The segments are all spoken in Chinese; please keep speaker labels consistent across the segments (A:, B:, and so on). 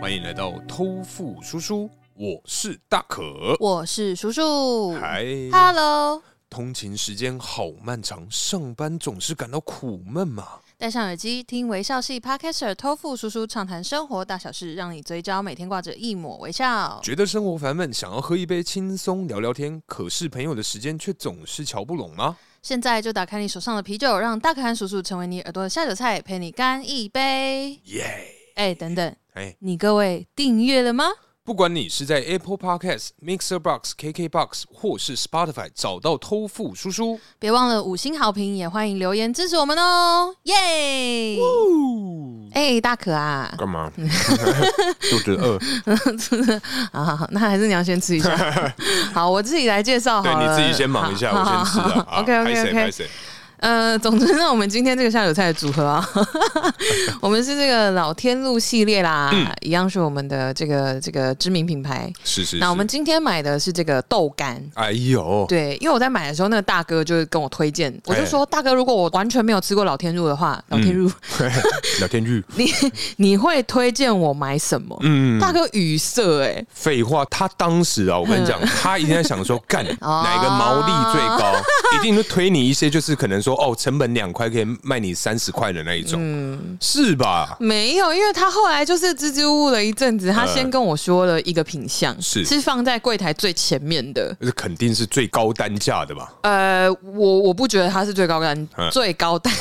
A: 欢迎来到偷富叔叔，我是大可。
B: 我是叔叔。
A: 嗨，
B: Hello，
A: 通勤时间好漫长，上班总是感到苦闷嘛？
B: 戴上耳机听微笑系 Podcaster 偷富叔叔畅谈生活大小事，让你嘴角每天挂着一抹微笑。
A: 觉得生活烦闷，想要喝一杯轻松聊聊天，可是朋友的时间却总是瞧不拢吗？
B: 现在就打开你手上的啤酒，让大可汗叔叔成为你耳朵的下酒菜，陪你干一杯。
A: 耶！
B: 哎，等等，
A: 哎，
B: 你各位订阅了吗？
A: 不管你是在 Apple Podcast、Mixer Box、KK Box 或是 Spotify 找到偷富叔叔，
B: 别忘了五星好评，也欢迎留言支持我们哦，耶！哎，大可啊，
A: 干嘛？肚子饿，
B: 好好好，那还是你要先吃一下。 好，我自己来介绍好
A: 对
B: 了。
A: 你自己先忙一下，
B: 好
A: 我
B: 好
A: 先吃啊
B: 好
A: 啊。
B: OK
A: 拍
B: OK
A: 谁
B: OK。
A: 拍谁？
B: 呃，总之呢，我们今天这个下酒菜的组合啊， 我们是这个老天路系列啦，一样是我们的这个这个知名品牌。
A: 嗯是是。
B: 那我
A: 是
B: 们今天买的是这个豆干。
A: 哎呦，
B: 对，因为我在买的时候，那个大哥就是跟我推
A: 哎
B: 荐，我就说大哥，如果我完全没有吃过老天路的话，
A: 嗯
B: 老天路、
A: 聊天剧，
B: 你会推荐我买什么？
A: 嗯，
B: 大哥语塞哎、欸，
A: 废话，他当时啊，我跟你讲，他一定在想说，干
B: 嗯 哦
A: 哪个毛利最高，一定会推你一些，就是可能说，哦，成本两块可以卖你三十块的那一
B: 嗯
A: 种，是吧？
B: 没有，因为他后来就是支支吾吾了一阵子，他先跟我说了一个品相，
A: 呃是
B: 是放在柜台最前面的，
A: 这肯定是最高单价的吧？
B: 呃，我我不觉得他是最高单
A: 嗯，
B: 最 高单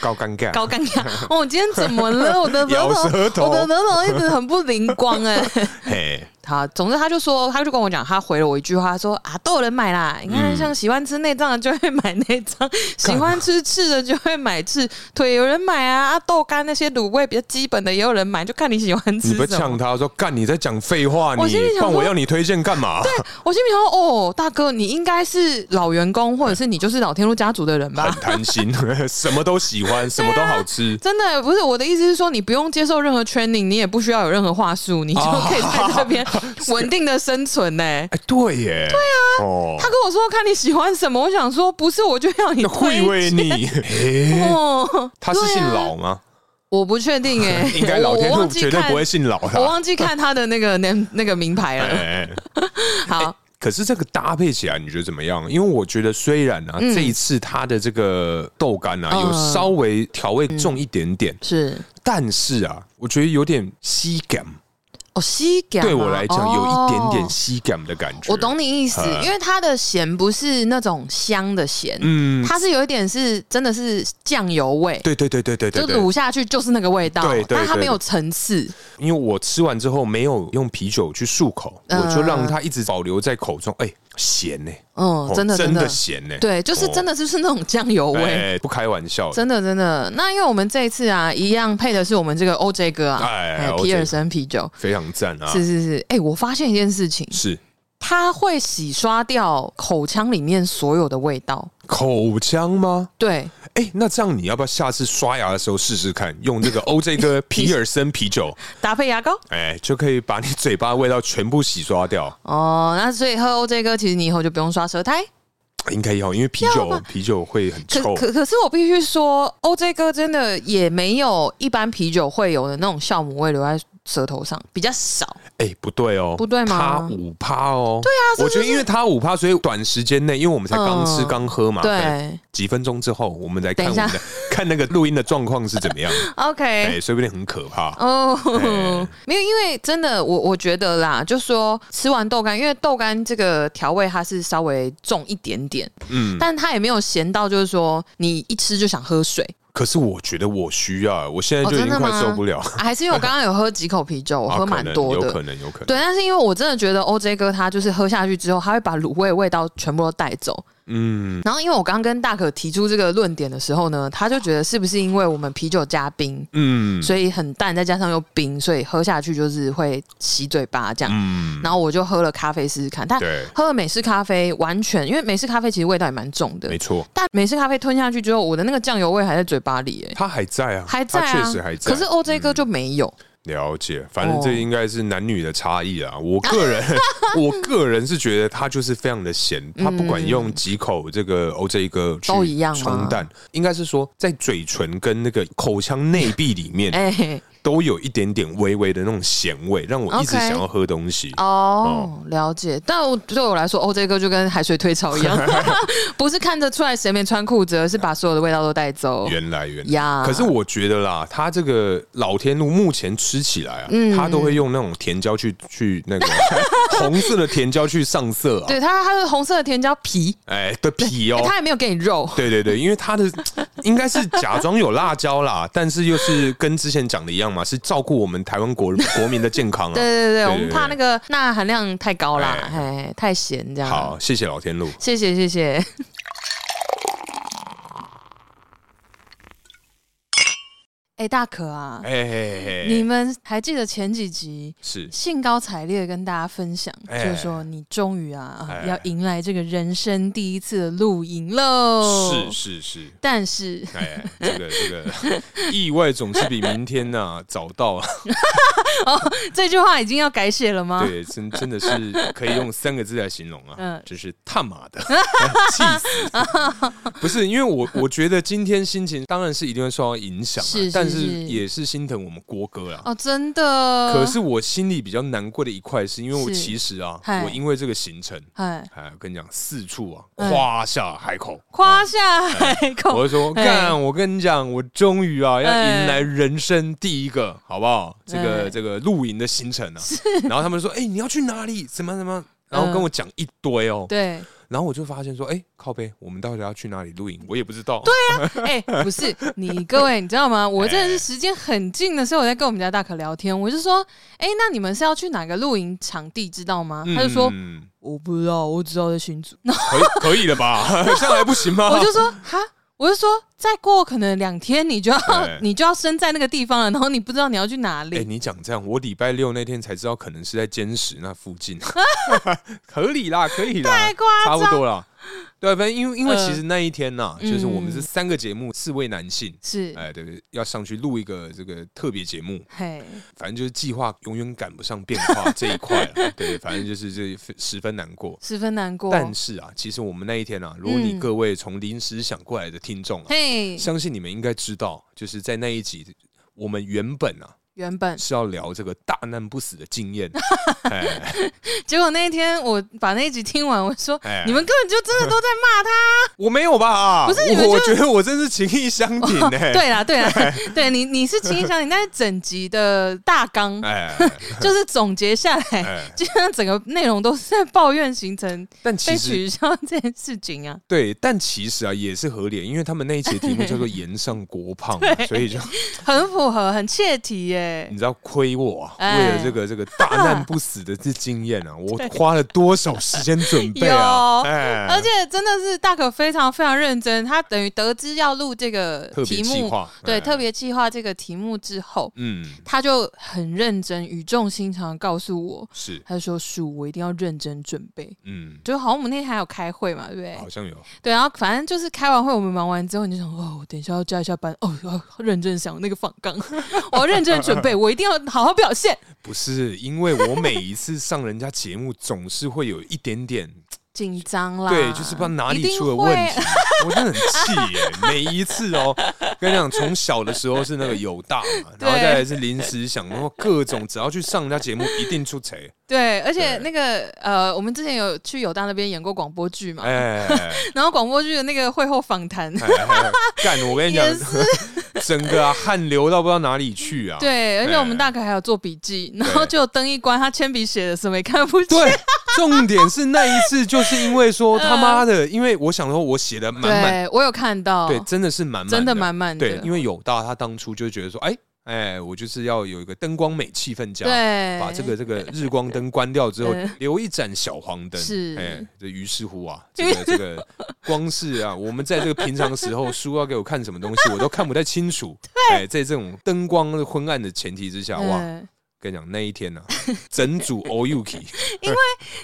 A: 高尴尬，
B: 啊高尴尬。哦，我今天怎么了？我的
A: 咬舌
B: 额
A: 头
B: 头，我的额头一直很不灵光 哎、
A: 嘿，
B: 好，总之他就说，他就跟我讲，他回了我一句话，他说啊，都有人买啦。你
A: 嗯
B: 看，像喜欢吃内脏的就会买内脏，喜欢吃翅的就会买翅，腿有人买啊，啊豆干那些卤味比较基本的也有人买，就看你喜欢
A: 你
B: 吃
A: 不
B: 什么
A: 呛。他说，干你在讲废话，
B: 我
A: 你
B: 心里想
A: 但
B: 说
A: 我要你推荐干嘛？
B: 我心里想说，哦，大哥，你应该是老员工，或者是你就是老天禄家族的人吧
A: 很？贪心， 什么都喜欢，什么都好吃。
B: 真的不是我的意思是说，你不用接受任何 training，你也不需要有任何话术，你就可以在这边稳定的生存呢、欸
A: 哎，对耶，对啊，哦
B: 他，跟我说看你喜欢什么，我想说不是，我就要你
A: 那会为
B: 推荐。
A: 你， 嘿
B: 哦，
A: 他是姓
B: 对啊
A: 老吗？
B: 我不确定 哎、
A: 应该老
B: 我
A: 天
B: 我
A: 路
B: 忘记
A: 绝对
B: 看
A: 不会姓老
B: 我
A: 的。啊
B: 忘记看他的那个那那个名牌了。
A: 哎，
B: 好，
A: 可是这个搭配起来，你觉得怎么样？因为我觉得虽然啊，这一次它的这个豆干啊，
B: 嗯
A: 有稍微调味重一点点，
B: 是
A: 但是啊，我觉得有点吸感。
B: 哦，西感
A: 对我来讲，有一点点
B: 哦
A: 吸感的感觉。
B: 我懂你意思，
A: 嗯
B: 因为它的咸不是那种香的咸，
A: 嗯，
B: 它是有一点是真的是酱油味。
A: 对对对对对对
B: 就
A: 对，
B: 卤下去就是那个味道，啊
A: 对对
B: 但它
A: 对
B: 没有层次。
A: 因为我吃完之后没有用啤酒去漱口，
B: 嗯
A: 我就让它一直保留在口中。哎，咸呢，
B: 嗯
A: 哦，
B: 真的
A: 真
B: 的
A: 的，咸呢，
B: 对，就是真的就是那种酱油
A: 哦，
B: 味，
A: 哎，不开玩笑的，
B: 真的真的。那因为我们这一次啊，一样配的是我们这个 OJ 哥啊，
A: 哎
B: 哎
A: OJ
B: 皮尔森啤酒。
A: 非常赞啊！
B: 是是是，哎，我发现一件事情，
A: 是
B: 它会洗刷掉口腔里面所有的味道。
A: 口腔吗？
B: 对，
A: 哎、那这样你要不要下次刷牙的时候试试看，用 这个 OJ 哥皮尔森啤酒，
B: 搭配牙膏
A: 哎、就可以把你嘴巴的味道全部洗刷掉。
B: 哦。那所以喝 OJ 哥，其实你以后就不用刷舌苔。
A: 应该要，因为啤
B: 要
A: 酒
B: 吧
A: 啤酒会很
B: 可
A: 臭。
B: 可可是我必须说，OJ 哥真的也没有一般啤酒会有的那种酵母味留在舌头上，比较少。
A: 哎、不对哦，
B: 不对吗
A: 他五趴哦，对啊，我觉得因为他五趴，所以短时间内，因为我们才刚吃
B: 嗯
A: 刚喝嘛，
B: 对
A: 可能几分钟之后我们来看
B: 等
A: 我
B: 一下
A: 们的 看那个录音的状况是怎么样，哎、
B: OK，
A: 说不定很可怕。
B: 哦、
A: 哎
B: 没有，因为真的，我我觉得啦，就说吃完豆干，因为豆干这个调味它是稍微重一点点，
A: 嗯，
B: 但它也没有咸到，就是说你一吃就想喝水。
A: 可是我觉得我需要，我现在
B: 哦
A: 就已
B: 真
A: 经
B: 的
A: 快
B: 吗
A: 受不了，
B: 啊还是因为我刚刚有喝几口啤酒，我
A: 啊
B: 喝
A: 可
B: 蛮
A: 能
B: 多
A: 有
B: 的。
A: 可能，有可能。
B: 对，但是因为我真的觉得 OJ 哥他就是喝下去之后，他会把卤味的味道全部都带走。嗯，然后因为我刚刚跟大可提出这个论点的时候呢，他就觉得是不是因为我们啤酒加冰，
A: 嗯，
B: 所以很淡，再加上又冰，所以喝下去就是会洗嘴巴这样。
A: 嗯，
B: 然后我就喝了咖啡试试看，但
A: 对
B: 喝了美式咖啡完全，因为美式咖啡其实味道也蛮重的
A: 没，错，
B: 但美式咖啡吞下去之后，我的那个酱油味还在嘴巴里、欸，
A: 他还在啊，
B: 还在啊，
A: 他确实还在。
B: 可是 OJ 哥就没有，
A: 了解，反正
B: 哦
A: 这应该是男女的差异啊。我个 人，我个人是觉得他就是非常的咸，他不管
B: 嗯
A: 用几口这个 OJ 哥去
B: 都一样吗啊
A: 冲淡，应该是说在嘴唇跟那个口腔内壁里面，
B: 哎、
A: 都有一点点微微的那种咸味，让我一直
B: OK
A: 想要喝东西。
B: 哦，了解。但我对我来说，OJ 哥就跟海水退潮 一样，不是看得出来谁没穿裤子，而是把所有的味道都带走。
A: 原来原来
B: 呀
A: 可是我觉得啦，它这个老天露目前吃起来啊，
B: 嗯
A: 它都会用那种甜椒去去那 个红色的甜椒去上色啊，
B: 对它，它的红色的甜椒皮，
A: 哎的皮哦
B: 欸，它也没有给你肉。
A: 对对对，因为它的应该是假装有辣椒 啦，但是又是跟之前讲的一样嘛，是照顾我们台湾国国民的健康啊。
B: 对对对，我们
A: 对
B: 怕那个钠含量太高啦，
A: 哎
B: 哎，太咸这样。
A: 好，，谢谢老天露。
B: 谢谢谢谢。 哎、大可啊，
A: 哎哎哎，
B: 你们还记得前几集
A: 是
B: 兴高采烈地跟大家分享，
A: 哎
B: 就是说你终于啊、
A: 哎
B: 要迎来这个人生第一次的露营喽。
A: 是，是是，
B: 但是
A: 哎，这个这个意外总是比明天呐早到啊。
B: 这句话已经要改写了吗？
A: 对，真真的是可以用三个字来形容啊
B: 啊嗯，
A: 真是他妈的， 气死！ 不是因为我我觉得今天心情当然是一定会受到影响啊
B: 是是，
A: 但
B: 是
A: 是也是心疼我们郭哥啦。
B: 哦，真的。
A: 可，是我心里比较难过的一块，是因为我
B: 是
A: 其实啊
B: 嗨，
A: 我因为这个行程，
B: 哎，
A: 哎，我跟你讲，四处啊
B: 嗯
A: 夸下海口，
B: 夸下海口，
A: 我就说，
B: 哎
A: 干！我跟你讲，我终于啊，要
B: 哎
A: 迎来人生第一个，好不好？这
B: 哎
A: 个这个露营的行程啊。然后他们说，哎，你要去哪里？怎么怎么？然后跟我讲一堆哦。
B: 嗯对，
A: 然后我就发现说，哎，靠背，我们到底要去哪里露营？我也不知道。
B: 哎、不是你各位，你知 道吗？我真的是时间很近的时候，我在跟我们家大可聊天，我就说，哎、那你们是要去哪个露营场地，知道吗？
A: 嗯，
B: 他就说我不知道，我只知道在新 竹。然后
A: 可以可以了吧？ 这样还不行吗？
B: 我就说，哈。我就说，再过可能两天你就要、
A: 哎
B: 你就要身在那个地方了，然后你不知道你要去哪里。
A: 哎、你讲这样，我礼拜六那天才知道，可能是在坚石那附 近，合理啦，可以啦，
B: 太夸
A: 差
B: 张
A: 不多啦。对，啊反正因为因为
B: 呃
A: 其实那一天呐、就是我们
B: 嗯
A: 是三个节目，四位男性，
B: 是，
A: 哎、对，要上去录一个这个特别节目，
B: 嘿，
A: 反正就是计划永远赶不上变 化这一块啦，对，反正就是这十分难过。
B: 十分难过。
A: 但是啊，其实我们那一天啊，如果你
B: 嗯
A: 各位从临时想过来的听众啊，
B: 嘿，
A: 相信你们应该知道，就是在那一集，我们原本啊
B: 原本
A: 是要聊这个大难不死的经 验。哎，
B: 结果那一天我把那一集听完，我说、
A: 哎
B: 你们根本就真的都在骂他。
A: 我没有吧？啊
B: 不是你们哦
A: 我我觉得我真是情义相挺哎呢、
B: 对啦，对啦，对你你是秦想你但是整集的大纲
A: 哎，
B: 就是总结下来，
A: 哎，
B: 就像整个内容都是在抱怨行程
A: 但
B: 被
A: 其实
B: 取消这件事情啊。
A: 对，但其实啊也是合理，因为他们那一期的题目叫做“ 盐上国胖”，所以就
B: 很符合，很切题耶
A: 你。知道亏我啊，
B: 哎
A: 为了这个这个大难不死的这经验 啊，我花了多少时间准备啊？
B: 有
A: 哎，
B: 而且真的是大可非常非常认真，他等于得知要录这个
A: 特别
B: 题
A: 计
B: 目，
A: 划，
B: 对
A: 哎
B: 特别计划这个题目之后，
A: 嗯
B: 他就很认真、语重心长地告诉我，
A: 是
B: 他就说：“叔，我一定要认真准备。”
A: 嗯，
B: 就好像我们那天还有开会嘛，对不对？
A: 好像有
B: 对，然后反正就是开完会，我们忙完之后，你就想哦，我等一下要加一下班，哦，要认真想那个访 纲，我要认真准备，我一定要好好表现。
A: 不是因为我每一次上人家节目，总是会有一点 点
B: 紧张啦，
A: 对，就是不知道哪
B: 一
A: 里
B: 定
A: 出了问
B: 会
A: 题， 我真的很气耶、每一次哦，跟你讲，从小的时候是那个有大嘛，然后
B: 对
A: 再来是临时想，然后各种只要去上人家节目，一定出贼。
B: 对，而且
A: 对
B: 那个呃，我们之前有去友大那边演过广播剧嘛，
A: 哎，
B: 然后广播剧的那个会后访谈，
A: 哎哎 干！我跟你讲
B: 也，
A: 整个啊汗流到不知道哪里去啊。
B: 对，而且我们
A: 哎
B: 大可还有做笔记，然后就灯一关，他铅笔写的什么也看不见，
A: 对，重点是那一次，就是因为
B: 嗯
A: 说他妈的，因为我想说，我写的满满，
B: 对我有看到，
A: 对，真的是满满，
B: 真的满满的，
A: 对，因为有大他当初就觉得说，哎哎，我就是要有一个灯光美气氛佳，
B: 对
A: 把这个这个日光灯关掉之后
B: 哎嗯，
A: 留一盏小黄灯。
B: 是
A: 哎，这于是乎啊，这个这 个光是啊，我们在这个平常时候，书要给我看什么东西，我都看不太清 楚。哎，在这种灯光昏暗的前提之下，哇，
B: 嗯
A: 跟你讲那一天呢，整组 O U K，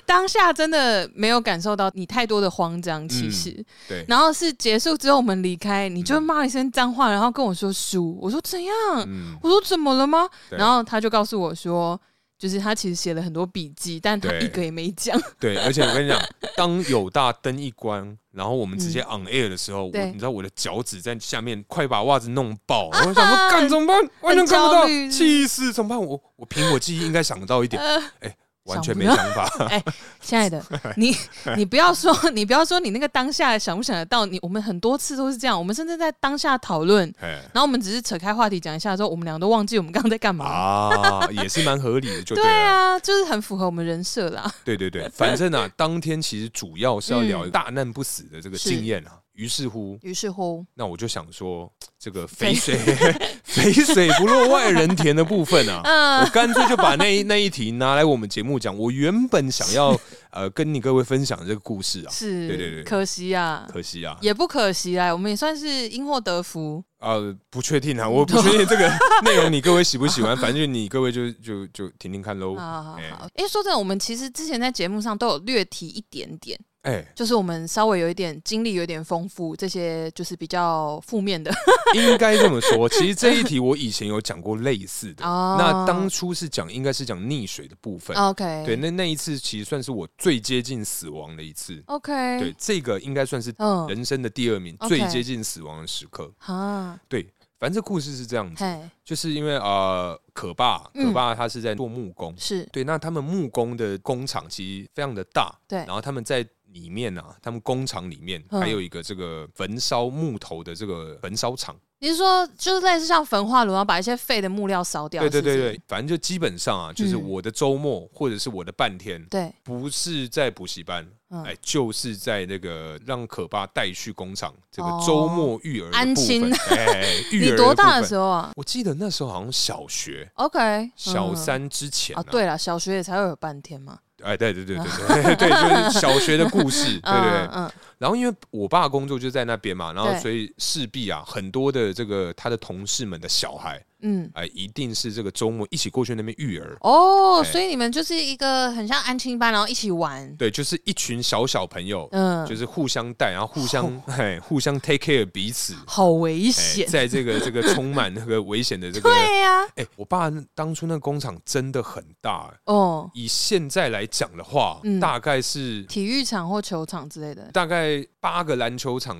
B: 当下真的没有感受到你太多的慌张，其实。
A: 嗯对，
B: 然后是结束之后我们离开，你就骂了一声脏话，然后跟我说输。我说怎样？
A: 嗯，
B: 我说怎么了吗？
A: 对
B: 然后他就告诉我说。就是他其实写了很多笔记，但他
A: 对
B: 一个也没讲。
A: 对，而且我跟你讲，当友大灯一关，然后我们直接 on air 的时候，我
B: 嗯对
A: 你知道我的脚趾在下面快把袜子弄爆，然后想说干怎么办？完全看不
B: 啊焦
A: 到，
B: 虑
A: 气死怎么办？我我凭我记忆应该想得到一点，哎
B: 呃，
A: 完全
B: 想
A: 没
B: 不
A: 想
B: 到
A: 法。
B: 亲爱的， 你你不要说，你不要说，你那个当下想不想得到？你我们很多次都是这样，我们甚至在当下讨论，
A: 哎
B: 然后我们只是扯开话题讲一下之后，我们俩都忘记我们刚刚在干嘛。
A: 啊，也是蛮合理的，就
B: 对
A: 对了。
B: 啊，就是很符合我们人设啦。
A: 对对对，反正啊，当天其实主要是要聊
B: 嗯
A: 大难不死的这个
B: 是
A: 经验啊。于是乎，
B: 于是乎，
A: 那我就想说，这 个肥水 肥水不落外人田的部分啊，
B: 嗯
A: 我干脆就把那一那一题拿来我们节目讲。我原本想 要呃跟你各位分享这个故事啊，
B: 是，
A: 对对对
B: 可惜啊，
A: 可惜啊，
B: 也不可惜啦，我们也算是因祸得福。
A: 呃不确定啊，我不确定这 个内容你各位喜不喜欢，反正你各位就就就听听看喽。
B: 好好好，
A: 哎
B: 哎、说真的，我们其实之前在节目上都有略提一点点，
A: 哎，
B: 就是我们稍微有一点经历有一点丰富，这些就是比较负面的
A: 应该这么说。其实这一题我以前有讲过类似的，
B: 哦
A: 那当初是讲应该是讲溺水的部分。
B: OK，
A: 对，那那一次其实算是我最接近死亡的一次。
B: ，OK，
A: 对，，这个应该算是
B: 哎嗯，
A: 人生的第二名，
B: OK
A: 最接近死亡的时刻。
B: 啊，
A: 对，反正这故事是这样子，
B: 嘿，
A: 就是因为呃，可爸，
B: 嗯
A: 可爸他是在做木工，
B: 是
A: 对，那他们木工的工厂其实非常的大，
B: 对
A: 然后他们在里面啊，他们工厂里面
B: 嗯
A: 还有一个这个焚烧木头的这个焚烧厂，
B: 你是说就是类似像焚化炉，然后啊把一些废的木料烧掉？
A: 对对对
B: 是不是
A: 对，反正就基本上啊，就是
B: 嗯
A: 我的周末或者是我的半天，
B: 对，
A: 不是在补习班。
B: 嗯
A: 哎，就是在那个让可爸带去工厂这个
B: 哦
A: 周末育儿的
B: 安
A: 部
B: 心
A: 分，哎，育儿
B: 你多大
A: 部
B: 的
A: 分
B: 时候啊
A: 我记得那时候好像小学
B: ？OK，
A: 小
B: 嗯
A: 三之前、啊
B: 哦，对了，小学也才会有半天嘛。
A: 哎，对对对对对 对，就是小学的故事，对对
B: 嗯
A: 对。
B: 嗯，
A: 然后因为我爸工作就在那边嘛，然后
B: 对
A: 所以势必啊，很多的这个他的同事们的小孩，
B: 嗯，
A: 哎，一定是这个周末一起过去那边育儿。
B: 哦，
A: 哎
B: 所以你们就是一个很像安亲班，然后一起玩，
A: 对，就是一群小小朋友，
B: 嗯，哦
A: 就是互相带，然后互相嘿，互相 take care 彼此。
B: 好危
A: 哎，
B: 险。
A: 在这个 这个充满那个危险的这个，
B: 对啊呀、
A: 哎，我爸当初那工厂真的很大，哎
B: 哦，
A: 以现在来讲的话，
B: 嗯
A: 大概是
B: 体育场或球场之类的，
A: 大概八个篮球场，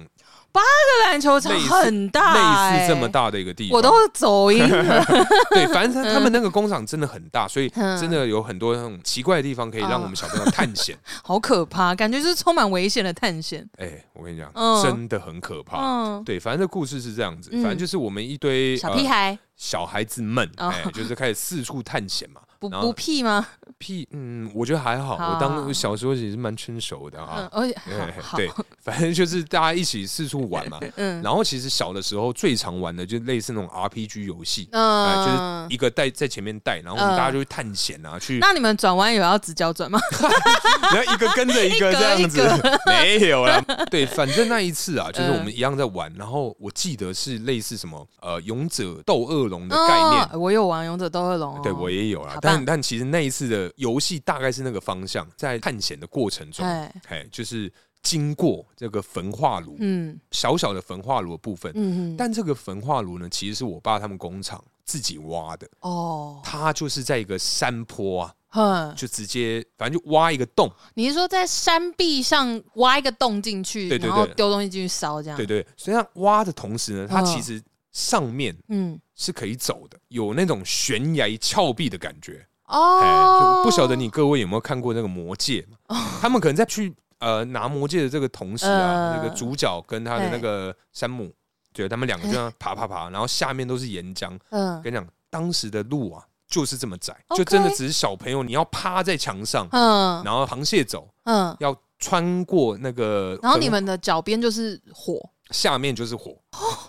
B: 这篮球场
A: 类似
B: 很大、
A: 类似这么
B: 哎，
A: 大的一个地方，
B: 我都走音 了。
A: 对，反正他他们那个工厂真的很大，所以
B: 嗯
A: 真的有很多那种奇怪的地方可以让我们小朋友探险。
B: 好可怕，感觉就是充满危险的探险。
A: 哎，我跟你讲，
B: 嗯
A: 真的很可怕。
B: 嗯，
A: 对，反正这故事是这样子，
B: 嗯
A: 反正就是我们一堆
B: 小屁
A: 呃
B: 孩、
A: 小孩子们，
B: 哦
A: 哎，就是开始四处探险嘛。
B: 不
A: 然后
B: 不屁吗？
A: 屁，嗯，我觉得还好，
B: 好
A: 我当小时候也是蛮成熟的
B: 嗯
A: 啊，。
B: 而且
A: 哎
B: 好好，
A: 对，反正就是大家一起四处玩嘛。
B: 嗯
A: 然后其实小的时候最常玩的就类似那种 RPG 游戏，哎
B: 嗯
A: 就，是一个带在前面带，然后我们
B: 嗯
A: 大家就去探险啊， 去
B: 那你们转弯有要直角转吗？
A: 然后一个跟着一个
B: 一格嗯
A: 这样子
B: 一，
A: 没有啦。对，反正那一次啊，就是我们一样在玩，然后我记得是类似什么呃勇者斗恶龙 的概念。
B: 哦，我有玩勇者斗恶龙、哦，
A: 对，我也有啦，
B: 好棒
A: 但但其实那一次的游戏大概是那个方向，在探险的过程中，
B: 哎，
A: 哎，就是经过这个焚化炉，
B: 嗯
A: 小小的焚化炉的部分。
B: 嗯嗯，
A: 但这个焚化炉呢，其实是我爸他们工厂自己挖的，
B: 哦，嗯
A: 它就是在一个山坡啊，
B: 哼，
A: 就直接反正就挖一个洞，
B: 你是说在山壁上挖一个洞进去，
A: 对对
B: 然后
A: 对
B: 丢东西进去烧这样？
A: 对对，所以它挖的同时呢，它
B: 嗯
A: 其实上面
B: 嗯，
A: 是可以走的，有那种悬崖峭壁的感觉。哎、
B: 哦
A: 就，不晓得你各位有没有看过那个《魔戒》嘛？他们可能在去呃拿《魔戒》的这个同时啊，
B: 呃
A: 那个主角跟他的那
B: 嘿
A: 个山姆，对，他们两个就这样爬爬爬，然后下面都是岩浆。
B: 嗯
A: 跟你讲，当时的路啊就是这么窄，
B: OK
A: 就真的只是小朋友，你要趴在墙上，
B: 嗯
A: 然后螃蟹走，
B: 嗯，
A: 要穿过那个，
B: 然后你们的哦脚边就是火，
A: 下面就是火，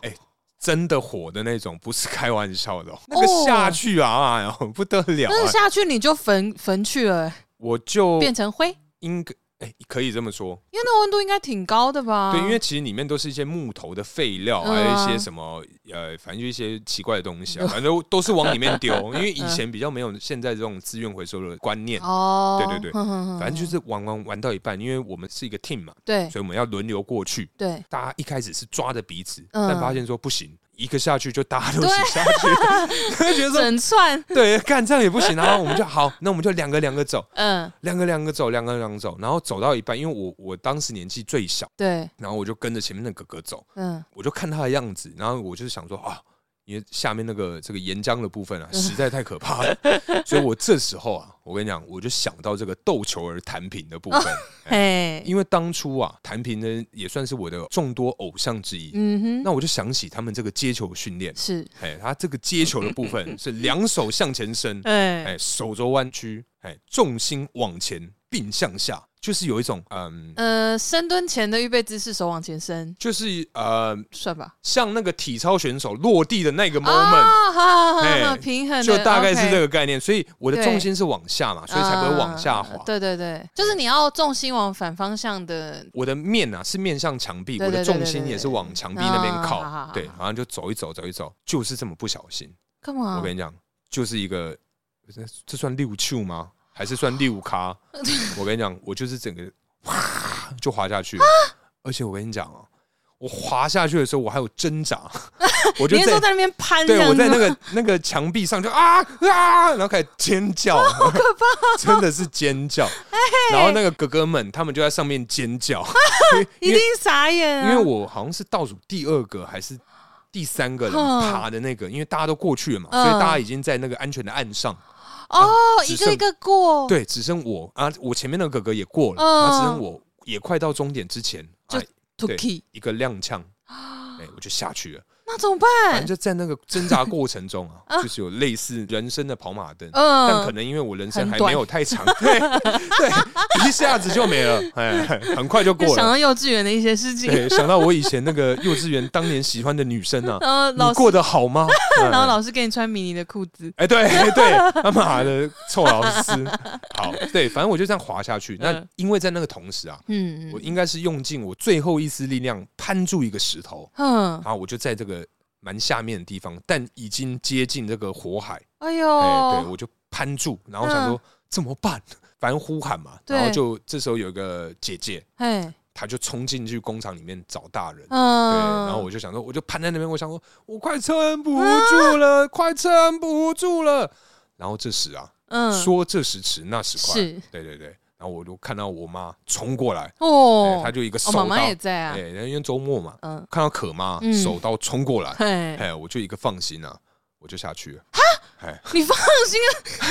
A: 哎、真的火的那种，不是开玩笑的、哦。那个下去啊，哎呦不得了、
B: 那
A: 啊！
B: 下去你就焚焚去了、
A: 我就
B: 变成灰，
A: 应该哎、可以这么说，
B: 因为那温度应该挺高的吧？
A: 对，因为其实里面都是一些木头的废料，
B: 嗯
A: 还有
B: 啊
A: 一些什么呃，反正就一些奇怪的东 西啊，反正都是往里面丢。因为以前比较没有现在这种资源回收的观念，
B: 哦，
A: 对对对
B: 哼哼哼
A: 反正就是玩玩玩到一半，因为我们是一个 team 嘛，
B: 对
A: 所以我们要轮流过去。
B: 对，
A: 大家一开始是抓着彼此，
B: 嗯
A: 但发现说不行，一个下去就大家都一起下去， 就会觉得说
B: 整串，
A: 对，干这样也不行。然后我们就好，那我们就两个两个走，
B: 嗯，
A: 两个两个走，两个两个走。然后走到一半，因为我我当时年纪最小，
B: 对，
A: 然后我就跟着前面的哥哥走，
B: 嗯，
A: 我就看他的样子，然后我就是想说啊。因为下面那个这个岩浆的部分啊，实在太可怕了，所以我这时候啊，我跟你讲，我就想到这个斗球儿弹平的部分，
B: 嘿，
A: 因为当初啊，弹平呢也算是我的众多偶像之一，
B: 嗯哼，
A: 那我就想起他们这个接球训练，
B: 是，
A: 哎，他这个接球的部分是两手向前伸，
B: 哎，
A: 哎，手肘弯曲，哎，重心往前并向下，就是有一种嗯，
B: 呃，深蹲前的预备姿势，手往前伸，
A: 就是呃，
B: 算吧。
A: 像那个体操选手落地的那个 moment。
B: 啊，好好好，
A: 哎
B: 平衡的
A: 就大概是这
B: OK
A: 个概念，所以我的
B: 对
A: 重心是往下嘛，所以才不会往下滑
B: 啊。对对对，就是你要重心往反方向的，
A: 我的面啊是面向墙壁，
B: 对
A: 我的
B: 对对
A: 重
B: 对
A: 心
B: 对
A: 也是
B: 对
A: 往墙壁那边
B: 啊好好
A: 靠
B: 好，
A: 对，
B: 好
A: 然后就走一走，走一走，就是这么不小心。
B: 干嘛？
A: 我跟你讲，就是一个这这算六球吗？还是算六 咖？我跟你讲，我就是整个哇就滑下去
B: 啊
A: 了，而且我跟你讲哦，我滑下去的时候我还有挣扎， 我就
B: 你是
A: 在
B: 说在那边攀这
A: 对
B: 样
A: 我
B: 子吗，
A: 在那个那个墙壁上就啊啊，然后开始尖叫，好可
B: 哦
A: 怕， 真的是尖叫。
B: 哎
A: 然后那个哥哥们他们就在上面尖 叫，
B: 一
A: 因
B: 定
A: 为
B: 傻
A: 因
B: 眼
A: 为
B: 啊！
A: 我好像是倒数第二个还是第三个人
B: 嗯
A: 爬的那个，因为大家都过去了嘛，
B: 嗯
A: 所以大家已经在那个安全的岸上，
B: 哦，
A: 只
B: 一
A: 剩
B: 个一个过，，
A: 对，只剩我啊，我前面那个哥哥也过了，
B: 嗯
A: 然后只剩我也快到终点之前，
B: 就啊
A: 啊，
B: t u
A: 对
B: k i
A: 一个踉跄，哎，我就下去 了。
B: 那怎么
A: 反
B: 办
A: 正？就在那个挣扎过程中啊，
B: 啊
A: 就是有类似人生的跑马灯。
B: 嗯，
A: 但可能因为我人生
B: 很
A: 还
B: 短
A: 没有太 长，对对，一下子就没了，哎，很快就
B: 就
A: 过
B: 想
A: 了。
B: 到幼稚园的一些事情，
A: 对，想到我以前那个幼稚园当年喜欢的女生啊，
B: 然后
A: 你
B: 老师，
A: 过得好 吗？
B: 然后
A: 嗯
B: 老师给你穿迷你的裤子，
A: 哎，对对，他妈的臭老 师，好，对，反正我就这样滑下去。那
B: 嗯
A: 因为在那个同时啊，
B: 嗯
A: 我，应该是用尽我最后一丝力量攀住一个石头，
B: 嗯，
A: 然后我就在这个蛮下面的地方，但已经接近这个火海，
B: 哎
A: 哎，对
B: 呦，
A: 我就攀住，然后想说怎么办？ 反正呼喊嘛，
B: 嗯对
A: 然后就这时候有一个姐姐，
B: 哎，
A: 她就冲进去工厂里面找大人。对，
B: 嗯，
A: 然后我就想说，我就攀在那边，我想说，我快撑不住
B: 啊
A: 了，快撑不住了。然后这时啊，
B: 嗯，
A: 说这时迟，那时快，
B: 是
A: 对对对。然后我就看到我妈冲过来，
B: 哦
A: 哎，她就一个手
B: 哦，
A: 刀，
B: 妈妈也在啊
A: 哎，，因为周末嘛，
B: 嗯，
A: 看到可妈
B: 嗯
A: 手刀冲过来，
B: 嘿，
A: 哎，我就一个放心啊，我就下去了。 哎，
B: 你放心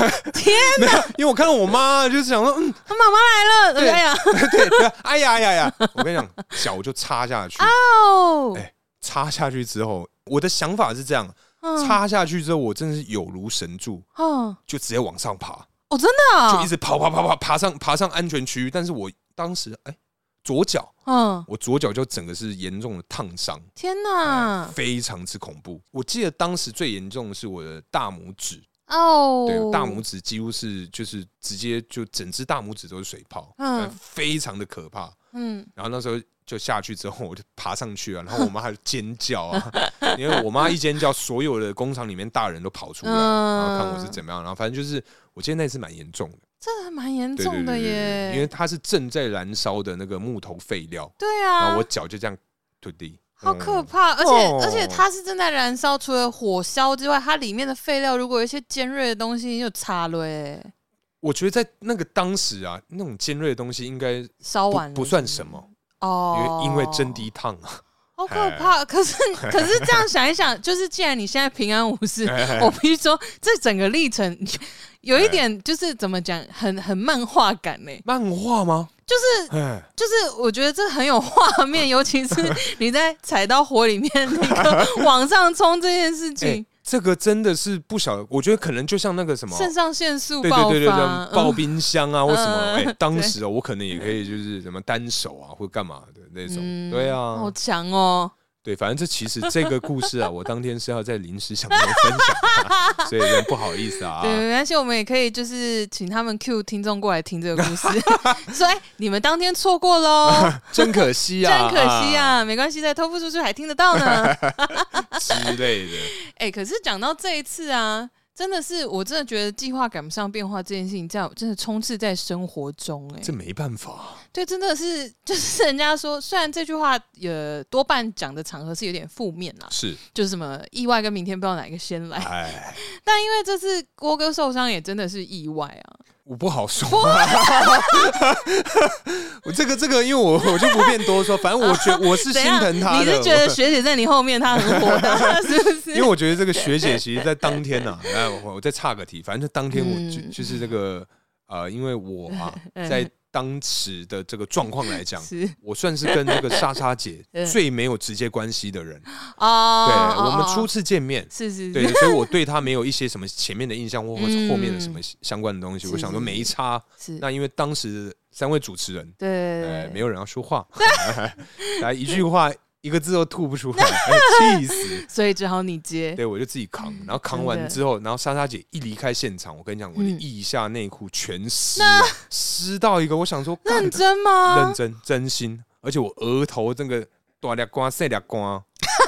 B: 啊， 天，
A: 没有，因为我看到我妈，就是想说，嗯，
B: 他妈妈来了，
A: 对
B: 哎呀，
A: 对，对 哎呀哎呀哎呀！我跟你讲，脚就插下去，
B: 哦
A: 哎，插下去之后，我的想法是这样，
B: 嗯
A: 插下去之后，我真的是有如神助，
B: 哦，
A: 就直接往上爬，
B: 哦，真的啊，
A: 就一直爬爬爬爬爬上爬上安全区域。但是我当时哎、左脚
B: 嗯，
A: 我左脚就整个是严重的烫伤，
B: 天
A: 哎
B: 哪，
A: 非常之恐怖。我记得当时最严重的是我的大拇指，
B: 哦，
A: 对，大拇指几乎是就是直接就整只大拇指都是水泡，
B: 嗯
A: 嗯，非常的可怕。
B: 嗯，
A: 然后那时候就下去之后，我就爬上去啊了，然后我妈还尖叫 啊，因为我妈一尖叫，所有的工厂里面大人都跑出来，
B: 嗯
A: 然后看我是怎么样，然后反正就是我记得那次蛮严重的，
B: 这还蛮严
A: 对对对
B: 重的
A: 对
B: 耶，
A: 对，因为它是正在燃烧的那个木头废料，
B: 对
A: 然
B: 啊
A: 后我，脚就这样吐地，
B: 好
A: 嗯
B: 可怕！而且、
A: 哦
B: 而且它是正在燃烧，除了火烧之外，它里面的废料如果有一些尖锐的东西，就擦了耶，
A: 我觉得在那个当时啊，那种尖锐的东西应该
B: 烧
A: 不
B: 完了
A: 不算什么，因
B: 哦
A: 为，因为真的烫 啊，
B: 好可怕。可是可是这样想一想，就是既然你现在平安无事，
A: 哎
B: 我必须说这整个历程。 有一点就是怎么讲，很很漫画感呢、
A: 漫画吗？
B: 就是
A: 哎，
B: 就是我觉得这很有 画面，尤其是你在踩到火里面那个往上冲这件事情
A: 哎，这个真的是不小，我觉得可能就像那个什么。
B: 肾上腺素
A: 对
B: 爆发，
A: 对对对对，爆
B: 嗯
A: 冰箱啊，或什么？
B: 嗯
A: 哎，当时哦，我可能也可以就是什么单手啊，或干嘛的那种。
B: 嗯
A: 对
B: 好
A: 啊，
B: 强哦！
A: 对，反正这其实这个故事啊， 我当天是要在临时想要分享啊的，所以有点不好意思啊
B: 对，。没关系，我们也可以就是请他们 Q 听众过来听这个 故事，说哎，你们当天错过喽，
A: 真可惜
B: 真
A: 啊，
B: 可惜啊，没关系，再 偷不出去还听得到呢。
A: 啊之类的。
B: 哎，可是讲到这一次啊，真的是，我真的觉得计划赶不上变化这件事情，这样真的充斥在生活中、欸。
A: 这
B: 哎，
A: 没办法，
B: 对，真的是，就是人家说，虽然这句话呃多半讲的场合是有点负面啦，
A: 是，
B: 就是什么意外跟明天不知道哪一个先来，
A: 哎，
B: 但因为这次郭哥受伤也真的是意外 啊，
A: 我不好说。 我这个这个，因为我我就不便多说，反正我觉我是心
B: 怎样
A: 疼他
B: 你
A: 的。
B: 是觉得
A: 我
B: 学姐在你后面她很火 大，是不是？
A: 因为我觉得这个学姐其实，在当天呐、啊，哎，我我再岔个题，反正就当天我就、
B: 嗯
A: 就是这个呃，因为我啊，
B: 嗯
A: 在当时的这个状况来讲，
B: 是
A: 我算是跟这个莎莎姐
B: 嗯
A: 最没有直接关系的人。
B: 哦，
A: 对，
B: 哦
A: 我们
B: 哦
A: 初次见 面，
B: 是是
A: 对，
B: 是
A: 所以我对她没有一些什么前面的印象，或或是后面的什么
B: 嗯
A: 相关的东西。
B: 是
A: 我想说
B: 是
A: 没差。
B: 是，
A: 那因为当时三位主持人，
B: 对
A: 呃，没有人要说话， 来一句话一个字都吐不出来，哎气死！
B: 所以只好你接，
A: 对，我就自己扛，然后扛
B: 哎嗯真
A: 完
B: 的
A: 之后，然后莎莎姐一离开现场，我跟你讲，我的
B: 嗯
A: 腋下内裤全湿了，湿到一个，我想说，干
B: 认真吗？
A: 认真真心，而且我额头这个大俩瓜塞俩 瓜，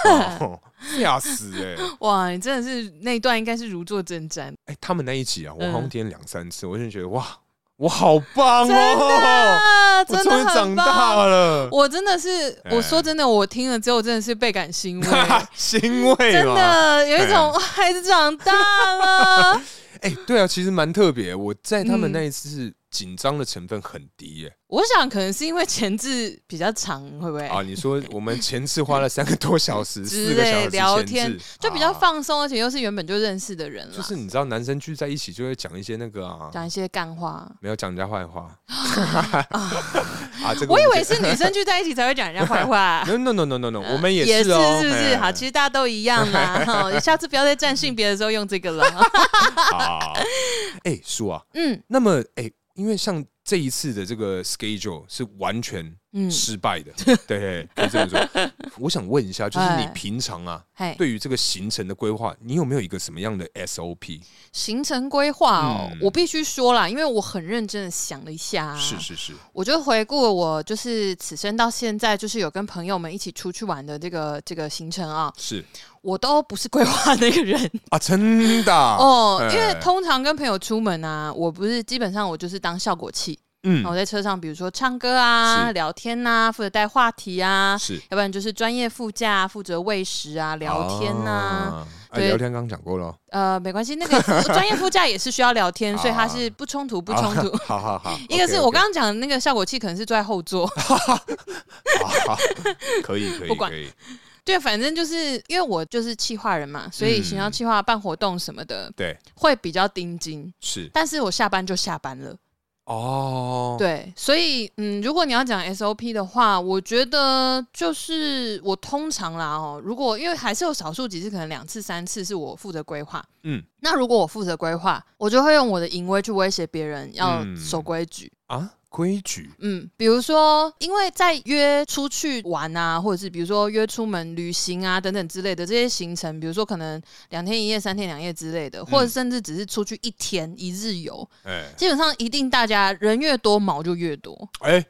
A: 哦吓死哎、欸！
B: 哇，你真的是那一段应该是如坐针毡，
A: 哎、他们那一集啊，我好像
B: 嗯
A: 点两三次，我就觉得哇，我好棒
B: 真的
A: 哦，
B: 啊，
A: 我
B: 真
A: 终于
B: 的
A: 长
B: 很
A: 大
B: 棒。
A: 了，
B: 我真的是，
A: 哎
B: 我说真的，我听了之后真的是倍感 欣慰，
A: 欣慰
B: 真
A: 嘛。
B: 的有一种孩子长大了。
A: 哎、对啊，其实蛮特别。我在他们
B: 嗯
A: 那一次紧张的成分很低耶、
B: 我想可能是因为前置比较长，会不会？
A: 啊！你说我们前次花了三个多小时，四
B: 之
A: 个小
B: 类
A: 时
B: 聊
A: 前置
B: 天就比较、
A: 啊
B: 放松，而且又是原本就认识的人了，
A: 就是你知道，男生聚在一起就会讲一些那个啊，
B: 讲一些干话。
A: 没有讲人家坏话啊。 这个
B: 我以
A: 们
B: 为
A: 就是。
B: 女生聚在一起才会讲人家坏话
A: no no no no no no，我们
B: 也
A: 是
B: 是
A: 哦，
B: 是不是？
A: 哎
B: 好，其实大家都一样 啦。哈，下次不要再占性别的时候用这个了。
A: 啊。 哎，叔啊，
B: 嗯
A: 那么哎，因为像这一次的这个 schedule 是完全
B: 嗯，
A: 失败 的，对，可以这么说。我想问一下，就是你
B: 哎
A: 平常啊，
B: 嗨，
A: 对于这个行程的规划，你有没有一个什么样的 SOP？
B: 行程规划哦，
A: 嗯
B: 我必须说啦，因为我很认真的想了一下，啊
A: 是，是是，
B: 我就回顾了我就是此生到现在，就是有跟朋友们一起出去玩的这个这个行程啊，
A: 是
B: 我都不是规划那个人，
A: 啊，真的啊
B: 哦，
A: 哎
B: 因为通常跟朋友出门啊，我不是基本上我就是当效果器，
A: 嗯
B: 然后我在车上比如说唱歌啊、
A: 是
B: 聊天呐、负责带话题啊，
A: 是
B: 要不然就是专业副驾、啊、负责喂食啊、聊天呐、
A: 啊，哎
B: 对
A: 聊天刚刚讲过了，
B: 呃，没关系，那个 专业副驾也是需要聊天，所以它是不冲突不冲突。
A: 啊 好好好，
B: 一个
A: 啊 OK，OK
B: 是我刚刚讲的那个效果器，可能是坐在后座。
A: 好 好可 以可以
B: 不管
A: 可以，
B: 对，反正就是因为我就是企划人嘛，所以
A: 嗯
B: 行销企划办活动什么的
A: 对，
B: 会比较盯紧，
A: 是
B: 但是我下班就下班了。
A: 哦，
B: 对，所以嗯，如果你要讲 SOP 的话，我觉得就是我通常啦哦，如果因为还是有少数几次，可能两次、三次是我负责规划。
A: 嗯
B: 那如果我负责规划，我就会用我的淫威去威胁别人要
A: 嗯
B: 守规矩。
A: 啊，规矩
B: 嗯，比如说，因为在约出去玩啊，或者是比如说约出门旅行啊等等之类的这些行程，比如说可能两天一夜、三天两夜之类的，或者甚至只是出去一天一日游，
A: 哎
B: 基本上一定大家人越多毛就越多。
A: 哎。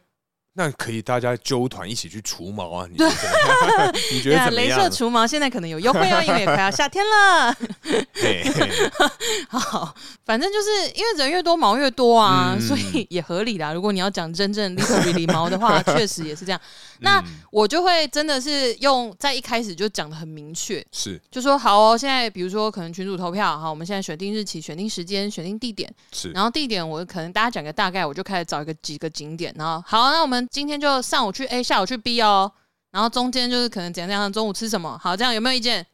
A: 那可以，大家纠团一起去除毛啊！你觉得怎么 样你觉
B: 对
A: 得
B: 啊，
A: 怎么
B: 镭
A: 样？
B: 射除毛现在可能有优惠哦，因为也快要夏天了。
A: 嘿嘿
B: 好，反正就是因为人越多毛越多啊，
A: 嗯
B: 所以也合理啦。如果你要讲真正 literally 理毛 的话，确实也是这样。 那
A: 嗯
B: 我就会真的是用在一开始就讲的很明确，
A: 是
B: 就说好哦，现在比如说可能群主投票，好，我们现在选定日期、选定时间、选定地点，
A: 是
B: 然后地点我可能大家讲个大概，我就开始找一个几个景点，然后好，那我们今天就上午去 A，下午去 B 哦，然后中间就是可能怎样怎样，中午吃什么，好，这样有没有意见？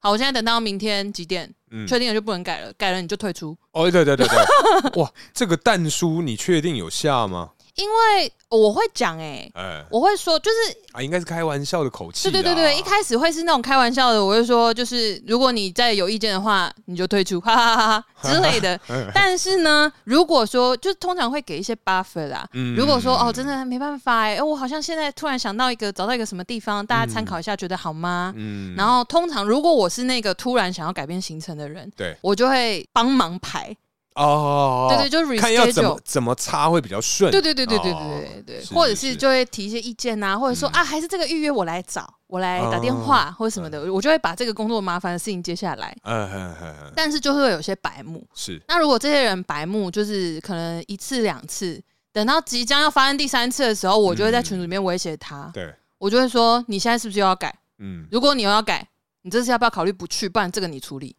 B: 好，我现在等到明天几点，
A: 嗯
B: 确定了就不能改了，改了你就退出，
A: 哦，对对对对， 哇，这个蛋叔你确定有下吗？
B: 因为我会讲哎、
A: 哎
B: 我会说，就是
A: 啊，应该是开玩笑的哦口气啦。
B: 对对对对，一开始会是那种开玩笑的，我会说，就是如果你再有意见的话，你就退出，哈哈哈哈之 类的。
A: 嗯
B: 但是呢，如果说就是通常会给一些 buffer 啦，
A: 嗯
B: 如果说哦，真的没办法哎、欸我好像现在突然想到一个，找到一个什么地方，大家参考一下，觉得好吗？
A: 嗯
B: 然后通常如果我是那个突然想要改变行程的人，
A: 对
B: 我就会帮忙排。
A: 哦，
B: 对对，就 reschedule，
A: 看要怎么怎么擦会比较顺。
B: 对对对对对
A: 哦
B: 对对对，
A: 是
B: 或者
A: 是
B: 是
A: 是
B: 就会提一些意见呐、啊，或者说、
A: 嗯哦
B: 啊，还是这个预约我来找，我来打电话、或者什么的，我就会把这个工作麻烦的事情接下来。
A: 嗯哼哼哼，
B: 但是就是会有些白目，
A: 是
B: 那如果这些人白目，就是可能一次两次，等到即将要发生第三次的时候，我就会在群组里面威胁他，
A: 对，
B: 我就会说你现在是不是又要改？
A: 嗯，
B: 如果你又要改，你这次要不要考虑不去？不然这个你处理，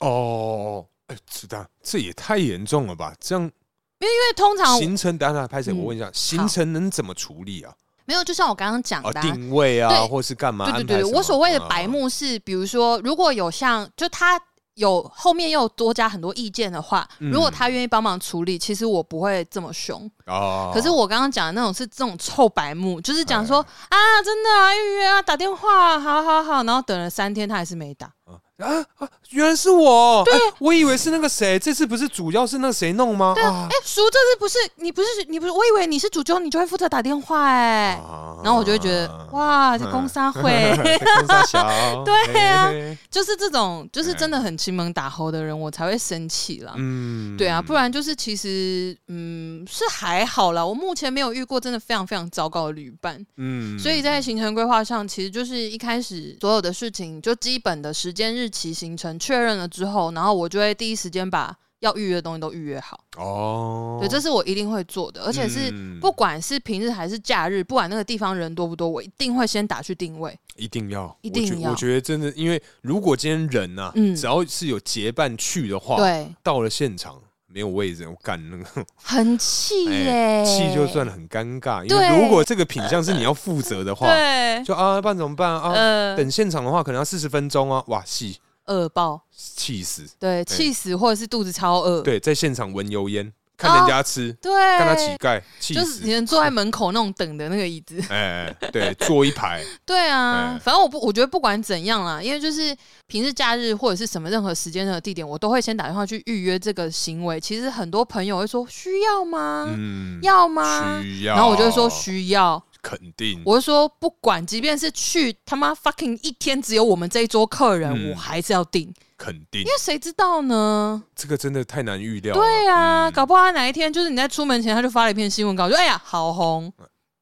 A: 哦，哎，子弹，这也太严重了吧？这样
B: 因为通常
A: 行程，等一下拍谁？
B: 嗯
A: 我问一下，行程能怎么处理啊？
B: 没有，就像我刚刚讲
A: 啊，
B: 的啊、
A: 定位啊，
B: 对
A: 或是干嘛？
B: 对对
A: 安
B: 对
A: 排
B: 对，
A: 什么
B: 我所谓的白，
A: 啊
B: 目是，比如说，如果有像就他有后面又有多加很多意见的话，
A: 嗯
B: 如果他愿意帮忙处理，其实我不会这么凶。
A: 哦，
B: 可是我刚刚讲的那种是这种臭白目，就是讲说
A: 哎
B: 啊，真的啊，预约啊，打电话、啊，好好好，然后等了三天他还是没打。
A: 啊啊，原来是我，对，我以为是那个谁，这次不是主要是那个谁弄吗？啊
B: 哎、叔，这次不是你不是你不是，我以为你是主揪，你就会负责打电话哎、
A: 啊
B: 然后我就会觉得，哇，这 公杀会，
A: 公沙小，
B: 对啊
A: 嘿嘿嘿
B: 就是这种，就是 真的很欺门打猴的人，我才会生气啦。
A: 嗯
B: 对啊，不然就是其实，嗯，是还好啦。我目前没有遇过真的非常非常糟糕的旅伴，
A: 嗯
B: 所以在行程规划上，其实就是一开始所有的事情，就基本的时间、日期、行程确认了之后，然后我就会第一时间把要预约的东西都预约好。
A: 哦，
B: 对，这是我一定会做的，而且是
A: 嗯
B: 不管是平日还是假日，不管那个地方人多不多，我一定会先打去定位。
A: 一定要，
B: 一定
A: 我觉
B: 要
A: 我觉得真的，因为如果今天人呐、啊，
B: 嗯
A: 只要是有结伴去的话，，
B: 对，
A: 到了现场没有位置，我干那个
B: 很气耶
A: 哎，气就算了，很尴尬。因
B: 对
A: 为如果这个品相是你要负责的话，
B: 对，
A: 就啊，办怎么办啊？
B: 呃，
A: 等现场的话，可能要四十分钟啊，哇，气
B: 恶爆，
A: 气死！
B: 对，气死或者是肚子超饿，
A: 对，在现场闻油烟，看人家吃，
B: 呃哦对，
A: 看他乞丐，气
B: 就是只
A: 死！
B: 能坐在门口那种等的那个椅子。
A: 哎，哎对，坐一排，
B: 对啊，
A: 哎
B: 反正我不，我觉得不管怎样啦，因为就是平日、假日或者是什么任何时间、任何地点，我都会先打电话去预约这个行为。其实很多朋友会说需要吗？
A: 嗯，
B: 要吗？
A: 需要。嗯
B: 然后我就会说需要，
A: 肯定，
B: 我就说不管，即便是去他妈 fucking 一天只有我们这一桌客人，
A: 嗯
B: 我还是要订，因
A: 肯定，
B: 为谁知道呢？
A: 这个真的太难预料了。
B: 对啊，
A: 嗯
B: 搞不好他哪一天就是你在出门前他就发了一篇新闻稿，就哎呀好红，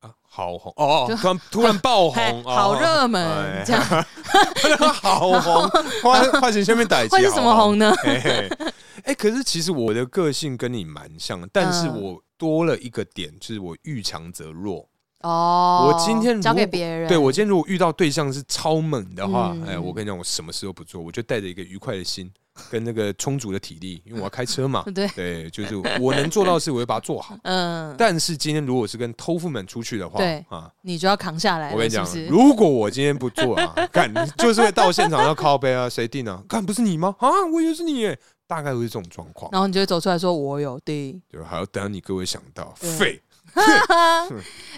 A: 啊，好红哦，
B: 就
A: 哦突然突然爆
B: 嘿
A: 红，哦
B: 好热门、
A: 哎
B: 这样，
A: 好 红，花花钱下面打一
B: 会是什么红呢？
A: 嘿嘿哎，可是其实我的个性跟你蛮像的，但是
B: 嗯
A: 我多了一个点，就是我遇强则弱。
B: 哦，
A: 我今天如
B: 交给
A: 果
B: 别人，
A: 对我今天如果遇到对象是超猛的话，
B: 嗯。
A: 哎，我跟你讲，我什么事都不做，我就带着一个愉快的心，跟那个充足的体力，因为我要开车嘛
B: 对，
A: 对，就是我能做到的事，我会把它做 好。
B: 嗯，
A: 但是今天如果是跟偷富们出去的话，
B: 对
A: 啊，
B: 你就要扛下来了，
A: 我跟你讲，
B: 是不是
A: 如果我今天不做啊， 干就是会到现场要靠背啊， 谁定啊？干不是你吗？啊，我以为是你耶，大概会是这种状况，
B: 然后你就会走出来说：“我有 地。
A: 对吧？还要等你各位想到
B: 对
A: 废，”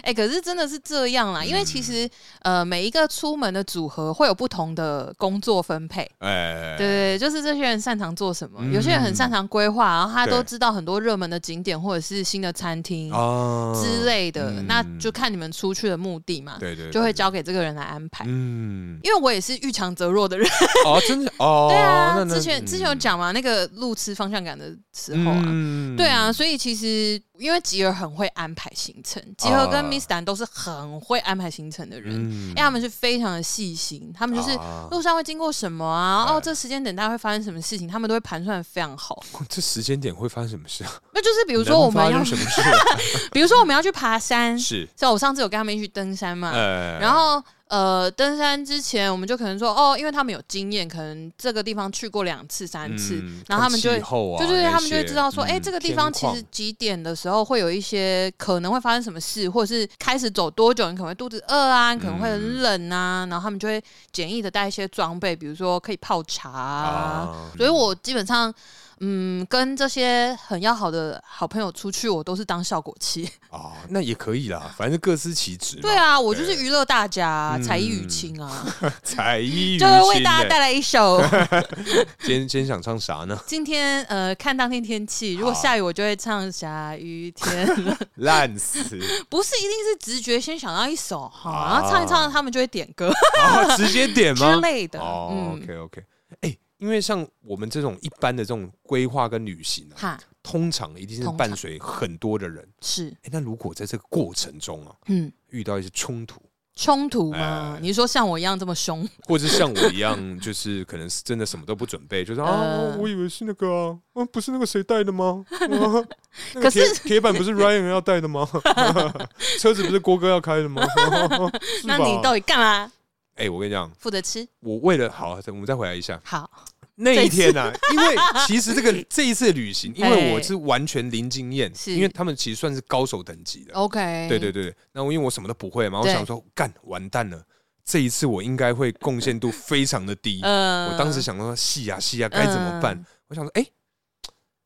B: 哎，可是真的是这样
A: 嗯
B: 啦，因为其实呃，每一个出门的组合会有不同的工作分配。
A: 哎，
B: 对对，对就是这些人擅长做什么，
A: 嗯
B: 有些人很擅长规划，然后他都
A: 对
B: 知道很多热门的景点或者是新的餐厅
A: 啊
B: 之，类的，
A: 嗯
B: 那就看你们出去的目的嘛，
A: 对对，对
B: 就会，交给这个人来安排。
A: 嗯，
B: 因为我也是遇强则弱的人，
A: 哦，真 的，哦，
B: 对啊，
A: 那那
B: 之前之前有讲嘛，那个路痴方向感的时候啊，
A: 嗯
B: 对啊，，所以其实因为吉尔很会安排行程，吉尔跟
A: 啊
B: Miss 丹都是很会安排行程的人，
A: 嗯
B: 因为他们是非常的细心，他们哎就是
A: 啊
B: 路上会经过什么啊，
A: 哎
B: 哦，这时间点大概会发生什么事情，他们都会盘算的非常好。
A: 这时间点会发生什么事啊？
B: 那就是
A: 比
B: 比如说我们要
A: 发生，什么 事？
B: 比如说我们要去爬山，啊
A: 是，
B: 像我上次有跟他们一起登山嘛，
A: 呃
B: 啊然后呃，登山之前我们就可能说哦，因为他们有经验，可能这个地方去过两次、三次，
A: 嗯
B: 然后他们就
A: 看
B: 会
A: 气候啊
B: 对
A: 那些，
B: 对对，他们就会知道说，哎、
A: 嗯
B: 这个地方其实
A: 天
B: 几点的时候会有一些可能会发生什么事，或者是开始走多久，你可能会肚子饿啊，你可能会
A: 嗯
B: 很冷啊，然后他们就会简易的带一些装备，比如说可以泡茶
A: 况
B: 啊。
A: 啊
B: 所以我基本上，嗯，跟这些很要好的好朋友出去，我都是当效果器。
A: 啊，那也可以啦，反正各司其职嘛。
B: 对啊，我就是娱乐大家，
A: 嗯
B: 才艺与卿啊，
A: 才艺
B: 就会为大家带来 一首。
A: 今天今天想唱啥呢？
B: 今天呃，看当天天气，如果
A: 好
B: 下雨，我就会唱下雨天。
A: 烂死，
B: 不是一定是直觉先想到一首哈，
A: 啊
B: 然后唱一唱，他们就会点歌
A: 啊、直接点
B: 之
A: 吗？
B: 类的。
A: 哦、
B: 嗯，
A: o k OK，哎、因为像我们这种一般的这种规划跟旅行啊，
B: 哈，
A: 通常一定是
B: 通常
A: 伴随很多的人。
B: 是，
A: 哎、那如果在这个过程中啊，
B: 嗯，
A: 遇到一些冲突，
B: 冲突吗？
A: 哎
B: 你说像我一样这么凶，
A: 或者像我一样，就是可能是真的什么都不准备，就是啊
B: 呃，
A: 我以为是那个啊，啊，不是那个谁带的吗？啊、那
B: 可
A: 个
B: 是
A: 铁铁板不是 Ryan 要带的吗？ 车子不是郭哥要开的 吗？是
B: 那
A: 吧
B: 你到底干嘛？
A: 哎、我跟你讲，
B: 负责吃
A: 我为了好，我们再回来一下
B: 好，
A: 那
B: 这
A: 一
B: 一
A: 天啊，因为其实这 个这一次的旅行，因为
B: 哎
A: 我是完全零经验，
B: 是
A: 因为他们其实算是高手等级的。
B: OK，
A: 对对，对，对那我因为我什么都不会嘛，我
B: 对
A: 想说，干完蛋了，这一次我应该会贡献度非常的低。
B: 呃
A: 我当时想说，戏呀戏呀，啊该怎么办
B: 嗯？
A: 我想说，哎、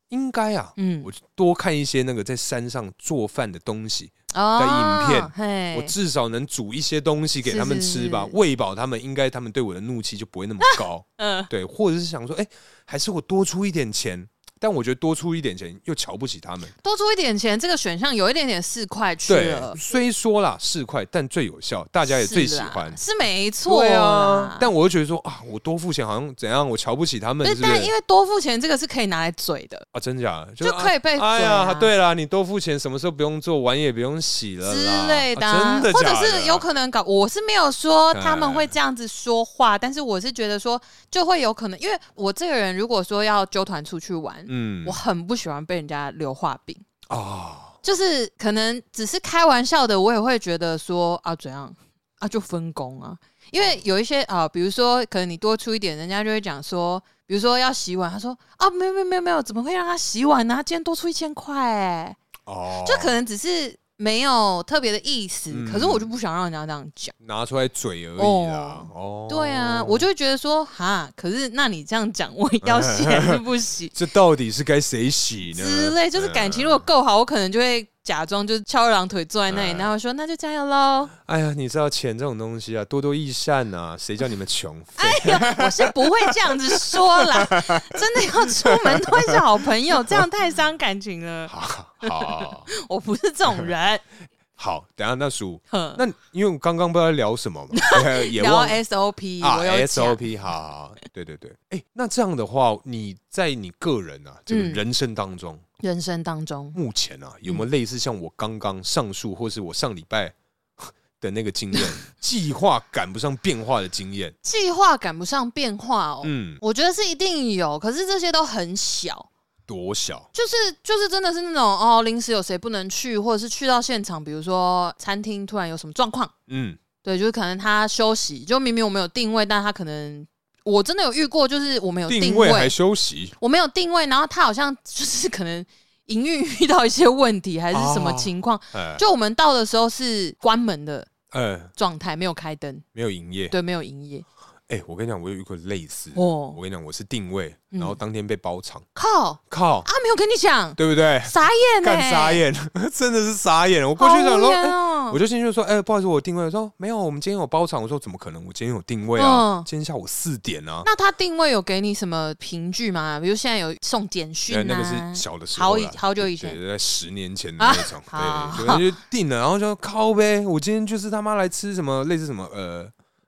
A: 应该啊，
B: 嗯
A: 我多看一些那个在山上做饭的东西，
B: 哦
A: 影片
B: 嘿，
A: 我至少能煮一些东西给
B: 哎是
A: 他们
B: 是
A: 吃吧
B: 是，
A: 喂饱他们，应该他们对我的怒气就不会那么 高。
B: 嗯
A: 对，或者是想说，哎、还是我多出一点钱，但我觉得多出一点钱又瞧不起他们。
B: 多出一点钱，这个选项有一点点四块去
A: 对
B: 了，，
A: 虽说啦是快，但最有效，大
B: 大
A: 家也最喜欢。
B: 啊是没错
A: 对啊
B: 啦，
A: 但我又觉得说啊，我多付钱好像怎样，我瞧不起他们，
B: 对
A: 是不是
B: 但因？为多付钱这个是可以拿来嘴的，
A: 啊，真假的？
B: 就
A: 啊
B: 可以被嘴
A: 哎呀，
B: 啊
A: 对啦，你多付钱，什么时候不用做，碗也不用洗了
B: 之
A: 啦
B: 类的,、
A: 啊真的
B: 或
A: 假
B: 者
A: 的？
B: 是有可能搞，我是没有说
A: 哎
B: 他们会这样子说话，但是我是觉得说就会有可能，因为我这个人如果说要揪团出去玩，
A: 嗯
B: 我很不喜欢被人家留画饼，
A: 啊，
B: 就是可能只是开玩笑的，我也会觉得说啊怎样啊就分工啊，因为有一些啊，比如说可能你多出一点，人家就会讲说。比如说要洗碗，他说啊，没有没有没有没有，怎么会让他洗碗呢、他今天多出一千块哎、
A: 哦，
B: 就可能只是没有特别的意思，
A: 嗯
B: 可是我就不想让人家这样讲。
A: 拿出来嘴而已啦。哦，
B: 对啊，我就会觉得说，哈，可是那你这样讲，我 要洗还是不洗
A: 这到底是该谁洗呢？嗯
B: 之类，就是感情如果够好，我可能就会假装就是翘二郎腿坐在那里，
A: 嗯
B: 然后说那就加油 喽。
A: 哎呀，你知道钱这种东西啊，多多益善呐、谁叫你们穷废？
B: 哎我是不会这样子 说啦，真的要出门都是好朋友，这样太伤感情了。
A: 好好好
B: 我不是这 种人。
A: 好，等一下那叔，
B: 哼
A: 那因为我刚刚不知道在聊什么嘛，也
B: 聊
A: 忘
B: SOP，、
A: 啊
B: 我有讲
A: SOP，好好，好对对对，哎、那这样的话，你在你个人啊这个
B: 嗯
A: 人生当中，
B: 人生当中，
A: 目前啊有没有类似像我刚刚上述，或是我上礼拜 的那个经 验，计划赶不上变化的经验？
B: 计划赶不上变化哦。
A: 嗯，
B: 我觉得是一定有，可是这些都很小，
A: 多小？
B: 就是就是真的是那种哦，临时有谁不能去，或者是去到现场，比如说餐厅突然有什么状况，
A: 嗯，
B: 对，就是可能他休息，就明明我们有定位，但他可能我真的有遇过，就是我们有哦定
A: 定位还休息？
B: 我们有定位，然后他好像就是可能营运遇到一些问题还是什么
A: 哦
B: 情况，
A: 哎
B: 就我们到的时候是关门的
A: 哎，
B: 状态，没有开灯，
A: 没有营业。
B: 对，没有营业，
A: 哎、我跟你讲，我有一个类似的。
B: 哦
A: 我，跟你讲，我是定位，
B: 嗯
A: 然后当天被包场，
B: 靠
A: 靠，
B: 啊，没有跟你讲，
A: 对不对？
B: 傻眼呢、欸
A: 干傻眼， 真的是傻眼。我过去想
B: 好无
A: 说，
B: 言
A: 哎
B: 哦
A: 我就进去说，哎、不好意思，我有定位。说没有，我们今天有包场。我说怎么可能？我今天有定位啊，
B: 嗯
A: 今天下午四点啊。
B: 那他定位有给你什么凭据吗？比如现在有送简讯啊，
A: 哎对那个是小的时候
B: 好
A: 啦，
B: 以好久以
A: 对，
B: 前
A: 对在十年前的那种，
B: 啊
A: 对，
B: 好
A: 对，就定了，然后就靠呗。我今天就是他妈来吃什么类似什么呃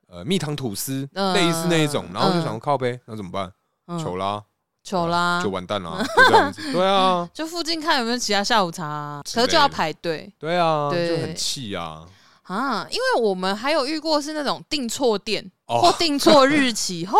A: 呃蜜糖吐司，
B: 嗯
A: 类似那一种，然后就
B: 嗯
A: 想说靠呗，那怎么办？
B: 嗯
A: 求啦，啊
B: 求啦
A: 就，完蛋啦，就这样 子。对啊，
B: 就附近看有没有其他下午茶啊、
A: 之
B: 可
A: 类的
B: 是就要排队
A: 对啊，
B: 对
A: 就很气啊。
B: 啊，因为我们还有遇过是那种订错店。或
A: 哦，
B: 订错 日期，哦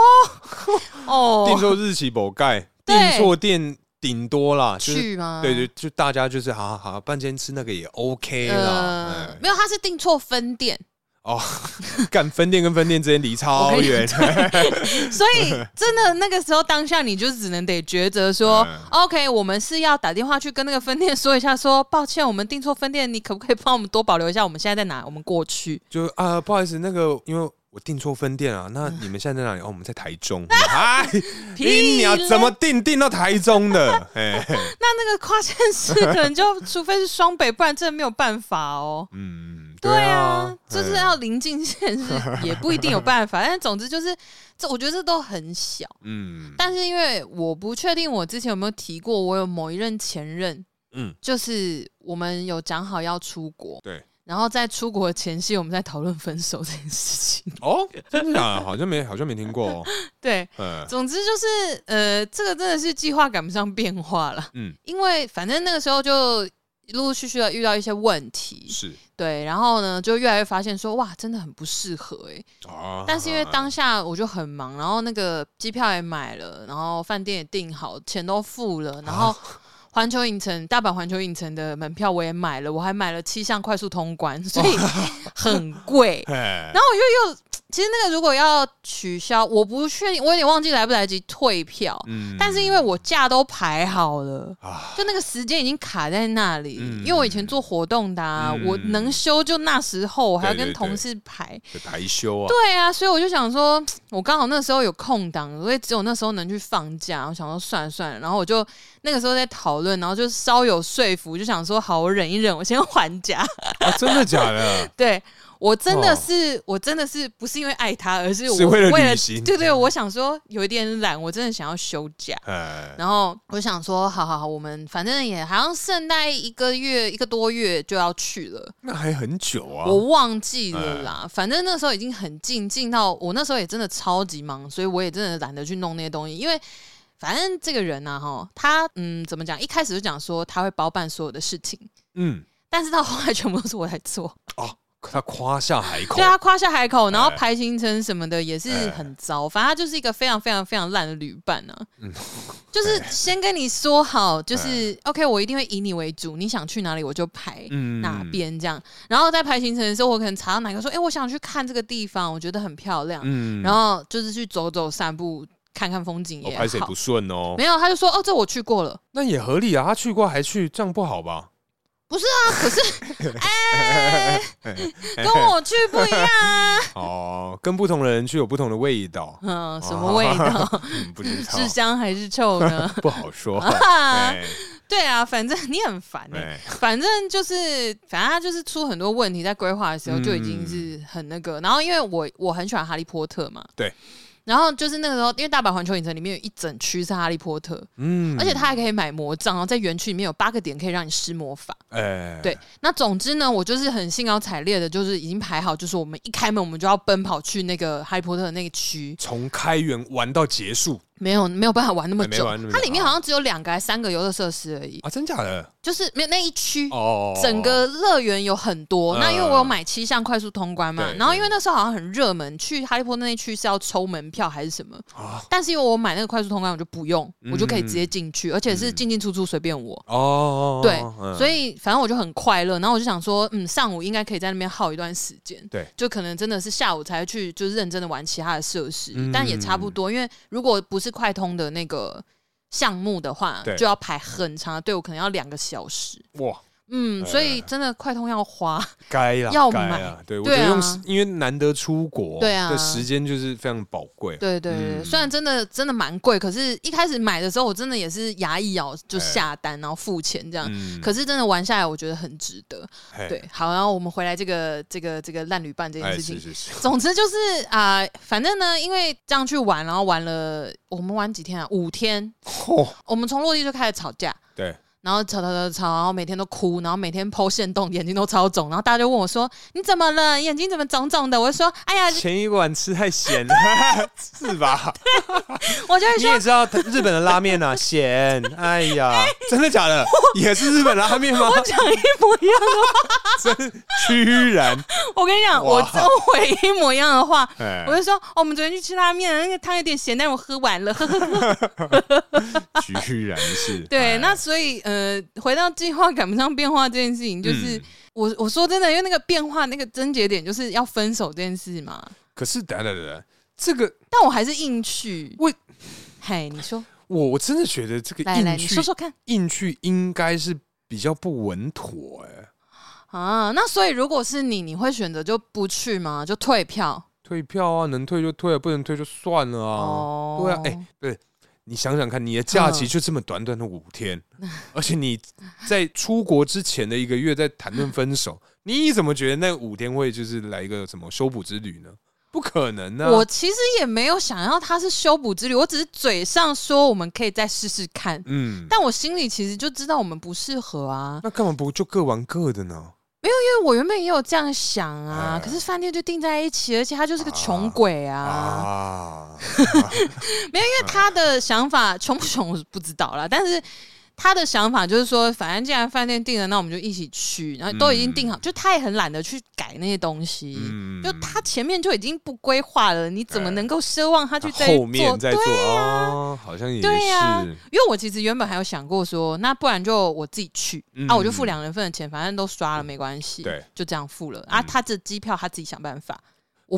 A: 订
B: 哦，
A: 错日期不盖，订
B: 对
A: 错店顶多啦，就是
B: 去吗？呃
A: 对对，就大家就是好好好，半天吃那个也 OK 啦。
B: 呃
A: 哎，
B: 没有，他是订错分店，
A: 哦， 干分店跟分店之间离超远，
B: 所以真的那个时候当下你就只能得抉择说
A: 嗯
B: ，OK，我们是要打电话去跟那个分店说一下说抱歉，我们订错分店，你可不可以帮我们多保留一下？我们现在在哪？我们过去。
A: 就啊、不好意思，那个因为我订错分店啊，那你们现在在哪里？哦，我们在台中。 哎，
B: 屁
A: 你要
B: 嘞
A: 怎么订订到台中的？ 哎、
B: 那那个跨县市可能就除非是双北，不然真的没有办法哦。
A: 嗯，
B: 对啊，就是
A: 哎
B: 要临近县 市也不一定有办法，但总之就是这，我觉得这都很小。
A: 嗯
B: 但是因为我不确定我之前有没有提过，我有某一任前任，
A: 嗯
B: 就是我们有讲好要出国，
A: 对，
B: 然后在出国前夕，我们在讨论分手这件事情。
A: 哦，真的假的？好像没，好像没听过、哦。
B: 对，
A: 嗯
B: 总之就是呃，这个真的是计划赶不上变化了，
A: 嗯，
B: 因为反正那个时候就陆陆续续的遇到一些问题，
A: 是
B: 对，然后呢就越来越发现说哇，真的很不适合哎、
A: 啊。
B: 但是因为当下我就很忙，然后那个机票也买了，然后饭店也订好，钱都付了，然后
A: 啊
B: 环球影城、大阪环球影城的门票我也买了，我还买了七项快速通关，所以很贵。
A: 哎，
B: 然后我又又，其实那个如果要取消，我不确定，我有点忘记来不来得及退票。
A: 嗯
B: 但是因为我假都排好了，
A: 啊，
B: 就那个时间已经卡在那里。
A: 嗯
B: 因为我以前做活动的、啊，
A: 嗯
B: 我能休就那时候，我还要
A: 对对
B: 跟同
A: 对
B: 事排。
A: 这排休啊，
B: 对啊，所以我就想说，我刚好那时候有空档，所以只有那时候能去放假。我想说算了算了，然后我就那个时候在讨论，然后就稍有说服，就想说好，我忍一忍，我先还价。
A: 啊，真的假的？
B: 对我真的
A: 哦
B: 是，我真的是不是因为爱他，而是我
A: 是为了
B: 为
A: 旅行
B: 对对，我想说有一点懒，我真的想要休假。
A: 哎，
B: 然后我想说，好好好，我们反正也好像剩待一个月一个多月就要去了，
A: 那还很久啊。
B: 我忘记
A: 哎
B: 了啦，反正那时候已经很近，近到我那时候也真的超级忙，所以我也真的懒得去弄那些东西，因为反正这个人呢、啊，哈，他嗯，怎么讲？一开始就讲说他会包办所有的事情，
A: 嗯，
B: 但是到后来全部都是我来做，
A: 哦，他夸下海口
B: 对，啊他夸下海口，然后
A: 哎
B: 排行程什么的也是
A: 哎
B: 很糟，反正他就是一个非常非常非常烂的旅伴呢、啊。
A: 嗯 哎
B: 就是先跟你说好，就是 OK，我一定会以你为主，你想去哪里我就排。
A: 嗯
B: 哪？边这样。然后在排行程的时候，我可能查到哪个说，哎、我想去看这个地方，我觉得很漂亮，
A: 嗯
B: 啊然后就是去走走、散步、看看风景
A: 我
B: 也好。
A: 拍谁不顺哦
B: 没，有，他就说，哦，这我去 过了。
A: 那也合理啊。他去过还去，这样不好吧？
B: 啊，可是哎、跟我去不 一样啊。
A: 哦，跟不同的人去有不同的味 道，
B: 嗯，什么味道？
A: 嗯，不知道
B: 是，香还是臭呢？
A: 不好说。
B: 啊，
A: 哎
B: 对啊，反正你很烦哎、
A: 哎，
B: 反正就是，反正他就是出很多问题，在规划的时候就已经是很那个。然后因为我我很喜欢哈利波特嘛，
A: 对。
B: 然后就是那个时候，因为大阪环球影城里面有一整区是哈利波特，
A: 嗯
B: 而且它还可以买魔杖，然后在园区里面有八个点可以让你施魔法。
A: 哎，
B: 对，那总之呢，我就是很兴高采烈的，就是已经排好，就是我们一开门我们就要奔跑去那个哈利波特的那个区，
A: 从开园玩到结束
B: 没有没有办法玩那么
A: 哎没
B: 久
A: 玩那，么久
B: 它里面好像只有两个还三个游乐设施而已，
A: 啊，真假的？
B: 就是没有那一区
A: 哦，
B: 整个乐园有很多，
A: 嗯
B: 那因为我有买七项快速通关嘛，
A: 对
B: 然后因为那时候好像很热门，去哈利波特那区是要抽门票还是什么，
A: 啊
B: 但是因为我买那个快速通关，我就不用，
A: 嗯
B: 我就可以直接进去，而且是
A: 嗯
B: 进进出出随便我。
A: 哦，
B: 对
A: 嗯
B: 所以反正我就很快乐，然后我就想说，嗯，上午应该可以在那边耗一段时间，
A: 对，
B: 就可能真的是下午才去，就认真的玩其他的设施，
A: 嗯
B: 但也差不多，因为如果不是快通的那个项目的话
A: 对，
B: 就要排很长的队伍，可能要两个小时，
A: 哇，
B: 嗯，所以
A: 呃
B: 真的快通要花。
A: 该啦，
B: 要
A: 该
B: 买
A: 啦，对我觉
B: 对
A: 得用
B: 啊，
A: 因为难得出国，
B: 对啊
A: 这时间就是非常宝贵。
B: 对对对，
A: 嗯
B: 虽然真的真的蛮贵，可是一开始买的时候，我真的也是牙一咬就下单，然后付钱这样。
A: 哎嗯
B: 啊可是真的玩下来，我觉得很值得。
A: 嘿
B: 对，好，然后我们回来这个这个这个烂旅伴这件
A: 哎，
B: 事情
A: 是。是是，
B: 总之就是啊、反正呢，因为这样去玩，然后玩了我们玩几天啊，五天，
A: 嚯，
B: 我们从落地就开始吵架，
A: 对，
B: 然后吵吵吵吵，然后每天都哭，然后每天剖线洞，眼睛都超肿，然后大家就问我说：“你怎么了？眼睛怎么肿肿的？”我就说：“哎呀，
A: 前一晚吃太咸了， 是吧？
B: 我就会
A: 你
B: 说
A: 也知道日本的拉面啊， 咸，哎呀， 真的假的？也是日本拉面吗？
B: 讲一模一样的
A: 真居然，
B: 我跟你讲，
A: 哇
B: 我真回一模一样的话，
A: 哎
B: 我，就说、哦我们昨天去吃拉面，那个汤有点咸，但我喝完了。呵呵呵
A: 居然是，
B: 对，
A: 哎
B: 那所以呃，回到计划赶不上变化这件事情，就是、
A: 嗯
B: 我我说真的，因为那个变化那个症结点就是要分手这件事嘛，
A: 可是等等等等，这个
B: 但我还是硬去。
A: 为
B: 嘿，你说
A: 我我真的觉得这个
B: 来来，
A: 硬
B: 你
A: 去
B: 说说看
A: 硬去应该是比较不稳妥哎、
B: 啊。那所以如果是你，你会选择就不去吗？就退票？
A: 退票啊，能退就退啊，不能退就算了啊。
B: 哦
A: 对啊，哎、对，你想想看，你的假
B: 嗯
A: 期就这么短短的五天， 而且你在出国之前的一个月在谈论分 手，你怎么觉得那五天会就是来一个什么修补之旅呢？不可能啊！
B: 我其实也没有想要它是修补之旅，我只是嘴上说我们可以再试试看，
A: 嗯，
B: 但我心里其实就知道我们不适合啊。
A: 那干嘛不就各玩各的呢？
B: 因为我原本也有这样想啊，
A: 哎
B: 可是饭店就订在一起，而且他就是个穷鬼啊，
A: 啊，
B: 没有，因为他的想法穷不穷我是不知道啦，但是。他的想法就是说，反正既然饭店订了，那我们就一起去。然后都已经订好，就他也很懒得去改那些东西。
A: 嗯哎
B: 就他前面就已经不规划了，你怎么能够奢望他去再
A: 后面再做
B: 对
A: 啊，好像也
B: 对啊呀
A: 是，
B: 因为我其实原本还有想过说，那不然就我自己去、
A: 嗯
B: 啊，我就付两人份的钱，反正都刷了没关系，
A: 对，嗯
B: 就这样付了啊。他这机票他自己想办法，我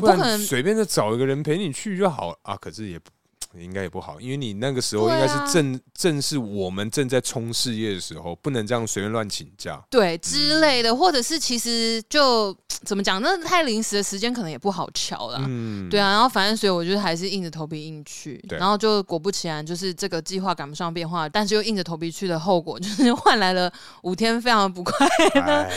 A: 我
B: 不可能
A: 随便的找一个人陪你去就好啊。可是也不应该也不好，因为你那个时候
B: 对
A: 应
B: 啊
A: 该是正、正是我们正在冲事业的时候，不能这样随便乱请假。
B: 对之类的，或者是其实就怎么讲，那太临时的时间可能也不好瞧啦。
A: 嗯，
B: 对啊，然后反正所以我就是还是硬着头皮硬去，
A: 对
B: 然后就果不其然，就是这个计划赶不上变化，但是又硬着头皮去的后果，就是换来了五天非常不快
A: 哎，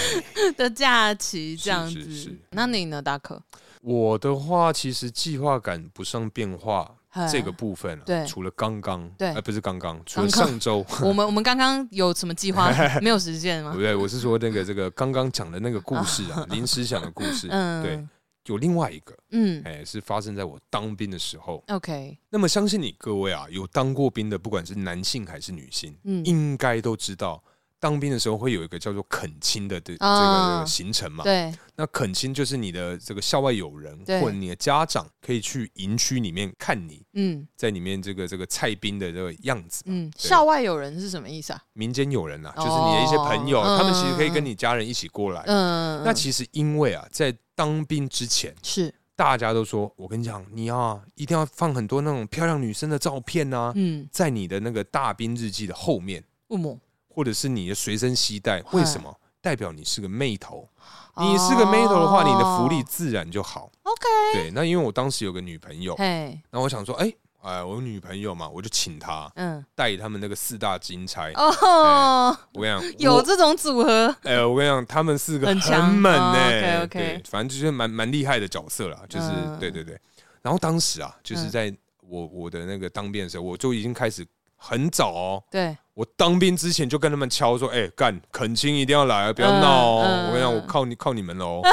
B: 的假期这样子。
A: 是是是
B: 那你呢，大可？
A: 我的话其实计划赶不上变化
B: 嗨
A: 这个部分、啊，
B: 对
A: 除了刚刚，
B: 对
A: 呃，不是刚刚，除了
B: 刚刚
A: 上 周。
B: 我们我们刚刚有什么 计划没有实现吗
A: 不？对，我是说那个这个刚刚讲的那个故事 啊，临时想的故事，
B: 嗯，
A: 对，有另外一个，
B: 嗯
A: 哎、是发生在我当兵的时候。
B: ，OK，
A: 那么相信你各位啊，有当过兵的，不管是男性还是女性，
B: 嗯
A: 应该都知道，当兵的时候会有一个叫做恳亲的这这
B: 啊
A: 个行程嘛。
B: 对，
A: 那恳亲就是你的这个校外友人
B: 对
A: 或者你的家长可以去营区里面看你
B: 嗯
A: 在里面这个这个菜兵的这个样子。
B: 嗯，校外有人是什么意思啊？
A: 民间友人啊，就是你的一些朋友，
B: 哦
A: 他们其实可以跟你家人一起过来。
B: 嗯，
A: 哎那其实因为啊，在当兵之前，
B: 是，
A: 大家都说，我跟你讲，你啊一定要放很多那种漂亮女生的照片啊，
B: 嗯，
A: 在你的那个大兵日记的后面，
B: 雾母，
A: 或者是你的随身携带，
B: 嗯
A: 为什么？代表你是个妹头，
B: 哦
A: 你是个妹头的话，你的福利自然就好。
B: OK，
A: 对，那因为我当时有个女朋友，
B: 嘿，
A: 那我想说，哎、哎，我有女朋友嘛，我就请她
B: 嗯，
A: 带他们那个四大金钗。
B: 哦，
A: 我跟你讲，
B: 有
A: 我
B: 这种 组合，
A: 哎、我跟你讲，他们四个
B: 很强
A: 猛
B: 哦
A: 呢、
B: OK，OK
A: 对，反正就是蛮蛮厉害的角色啦，就是、
B: 嗯
A: 对对对。然后当时啊，就是
B: 嗯
A: 在我我的那个当兵的时候，我就已经开始很早哦，
B: 对，
A: 我当兵之前就跟他们敲说，哎、干恳亲一定要来啊，不要闹哦、
B: 嗯嗯
A: 我跟你讲，我靠你靠你们 喽、哎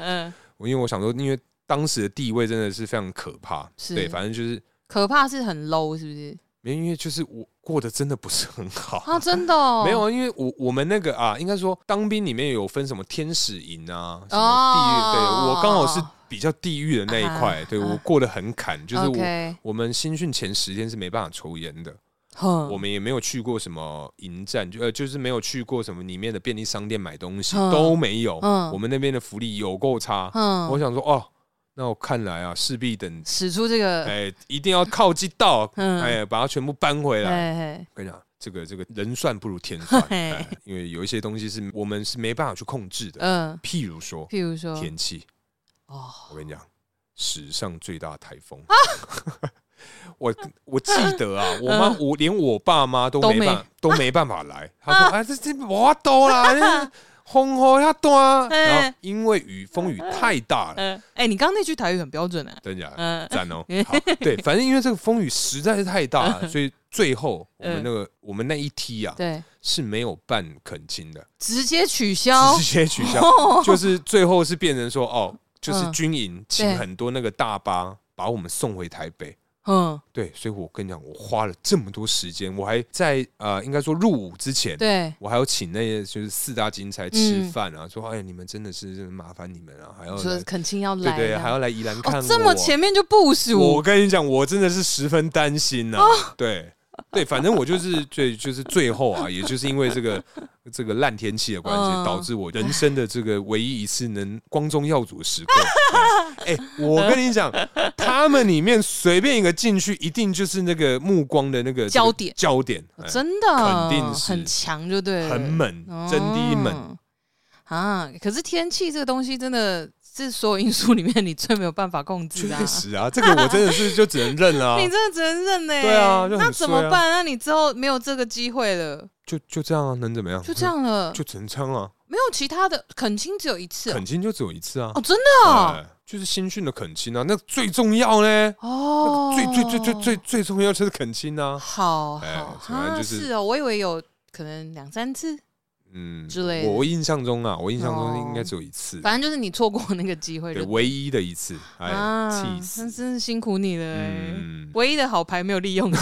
B: 嗯，
A: 我因为我想说，因为当时的地位真的是非常可怕，
B: 是
A: 对，反正就是
B: 可怕是很 low 是不是？
A: 因为就是我过得真的不是很好。
B: 啊，真的哦
A: 没有，啊，因为我我们那个啊，应该说当兵里面有分什么天使营啊，什么地狱，
B: 哦
A: 对我刚好是比较地狱的那一块，
B: 啊
A: 对
B: 啊
A: 我过得很坎，就是我
B: OK，
A: 我们新训前十天是没办法抽烟的，
B: 哼
A: 我们也没有去过什么营站，就呃就是没有去过什么里面的便利商店买东西
B: 嗯
A: 都没有，
B: 嗯
A: 我们那边的福利有够差，我
B: 嗯，
A: 想说哦，那我看来啊，势必等
B: 使出这个，
A: 哎一定要靠近到
B: 嗯
A: 哎把它全部搬回来，
B: 哎
A: 跟你讲，这个这个人算不如天算，
B: 嘿
A: 哎因为有一些东西是我们是没办法去控制的，
B: 嗯，
A: 譬如说
B: 譬如说，
A: 天气。
B: 哦，
A: 我跟你讲，史上最大台风。
B: 啊
A: 我我记得啊，我妈我连我爸妈都
B: 嗯都
A: 没
B: 没
A: 办都没办法 来，他说啊，这这我多啦，这风雨要大，啊
B: 哎
A: 然后因为雨风雨太大了，
B: 嗯，哎，你刚刚那句台语很标准啊，
A: 真假的？
B: 嗯，嗯
A: 赞哦。好，对，反正因为这个风雨实在是太大了，所以最后我们那个我们那一梯啊
B: 对，
A: 是没有办恳亲的，
B: 直接取消
A: 直，接取消，就是最后是变成说哦，就是
B: 哦嗯
A: 军营
B: 对
A: 请很多那个大巴把我们送回台北。
B: 嗯，
A: 对，所以我跟你讲，我花了这么多时间，我还在呃，应该说入伍之前，
B: 对，嗯
A: 我还要请那些就是四大金钗吃饭啊，说哎呀，你们真的是真的麻烦你们啊，还要
B: 说
A: 来
B: 恳亲要
A: 对
B: 来，哦
A: 对，还要来宜兰看我啊
B: 哦，，这么前面就部
A: 我
B: 署，
A: 跟你讲，我真的是十分担心呐、啊
B: 哦
A: 对对，反正我就是 最就是最后啊，也就是因为这个 这个烂天气的关系，
B: 嗯
A: 导致我人生的这个唯一一次能光宗耀祖的时刻。 对哎、我跟你 讲，他们里面随便一个进去，一定就是那个目光的那个这个
B: 焦点
A: 焦点，哎
B: 真哦的啊
A: 肯定是
B: 很强，就对了，
A: 很猛，真的猛。
B: 哦啊！可是天气这个东西真的是所有因素里面你最没有办法控制
A: 确
B: 啊，
A: 实啊，这个我真的是就只能认了、啊
B: 你真的只能认呢、
A: 对啊就很
B: 那怎么
A: 衰啊
B: 办？那你之后没有这个机会了，
A: 就就这样啊，能怎么样？
B: 就这，样了，
A: 就只能这样啊。
B: 没有其他的恳亲只有一次哦，
A: 肯亲就只有一次啊。
B: 哦真的哦，
A: 哎就是新训的恳亲啊，那最重要呢，
B: 哦，
A: 最最最最最最重要就是恳亲啊。
B: 好
A: 哎
B: 好
A: 反正
B: 啊，
A: 就是
B: 是哦，我以为有可能两三次，
A: 嗯
B: 之类的
A: 我印象中啊，我印象中
B: 哦
A: 应该只有一次，
B: 反正就是你错过那个机会
A: 对，
B: 就啊
A: 唯一的一次，哎，气死
B: 那！真是辛苦你了、欸。
A: 嗯，
B: 唯一的 好牌没有利 用到，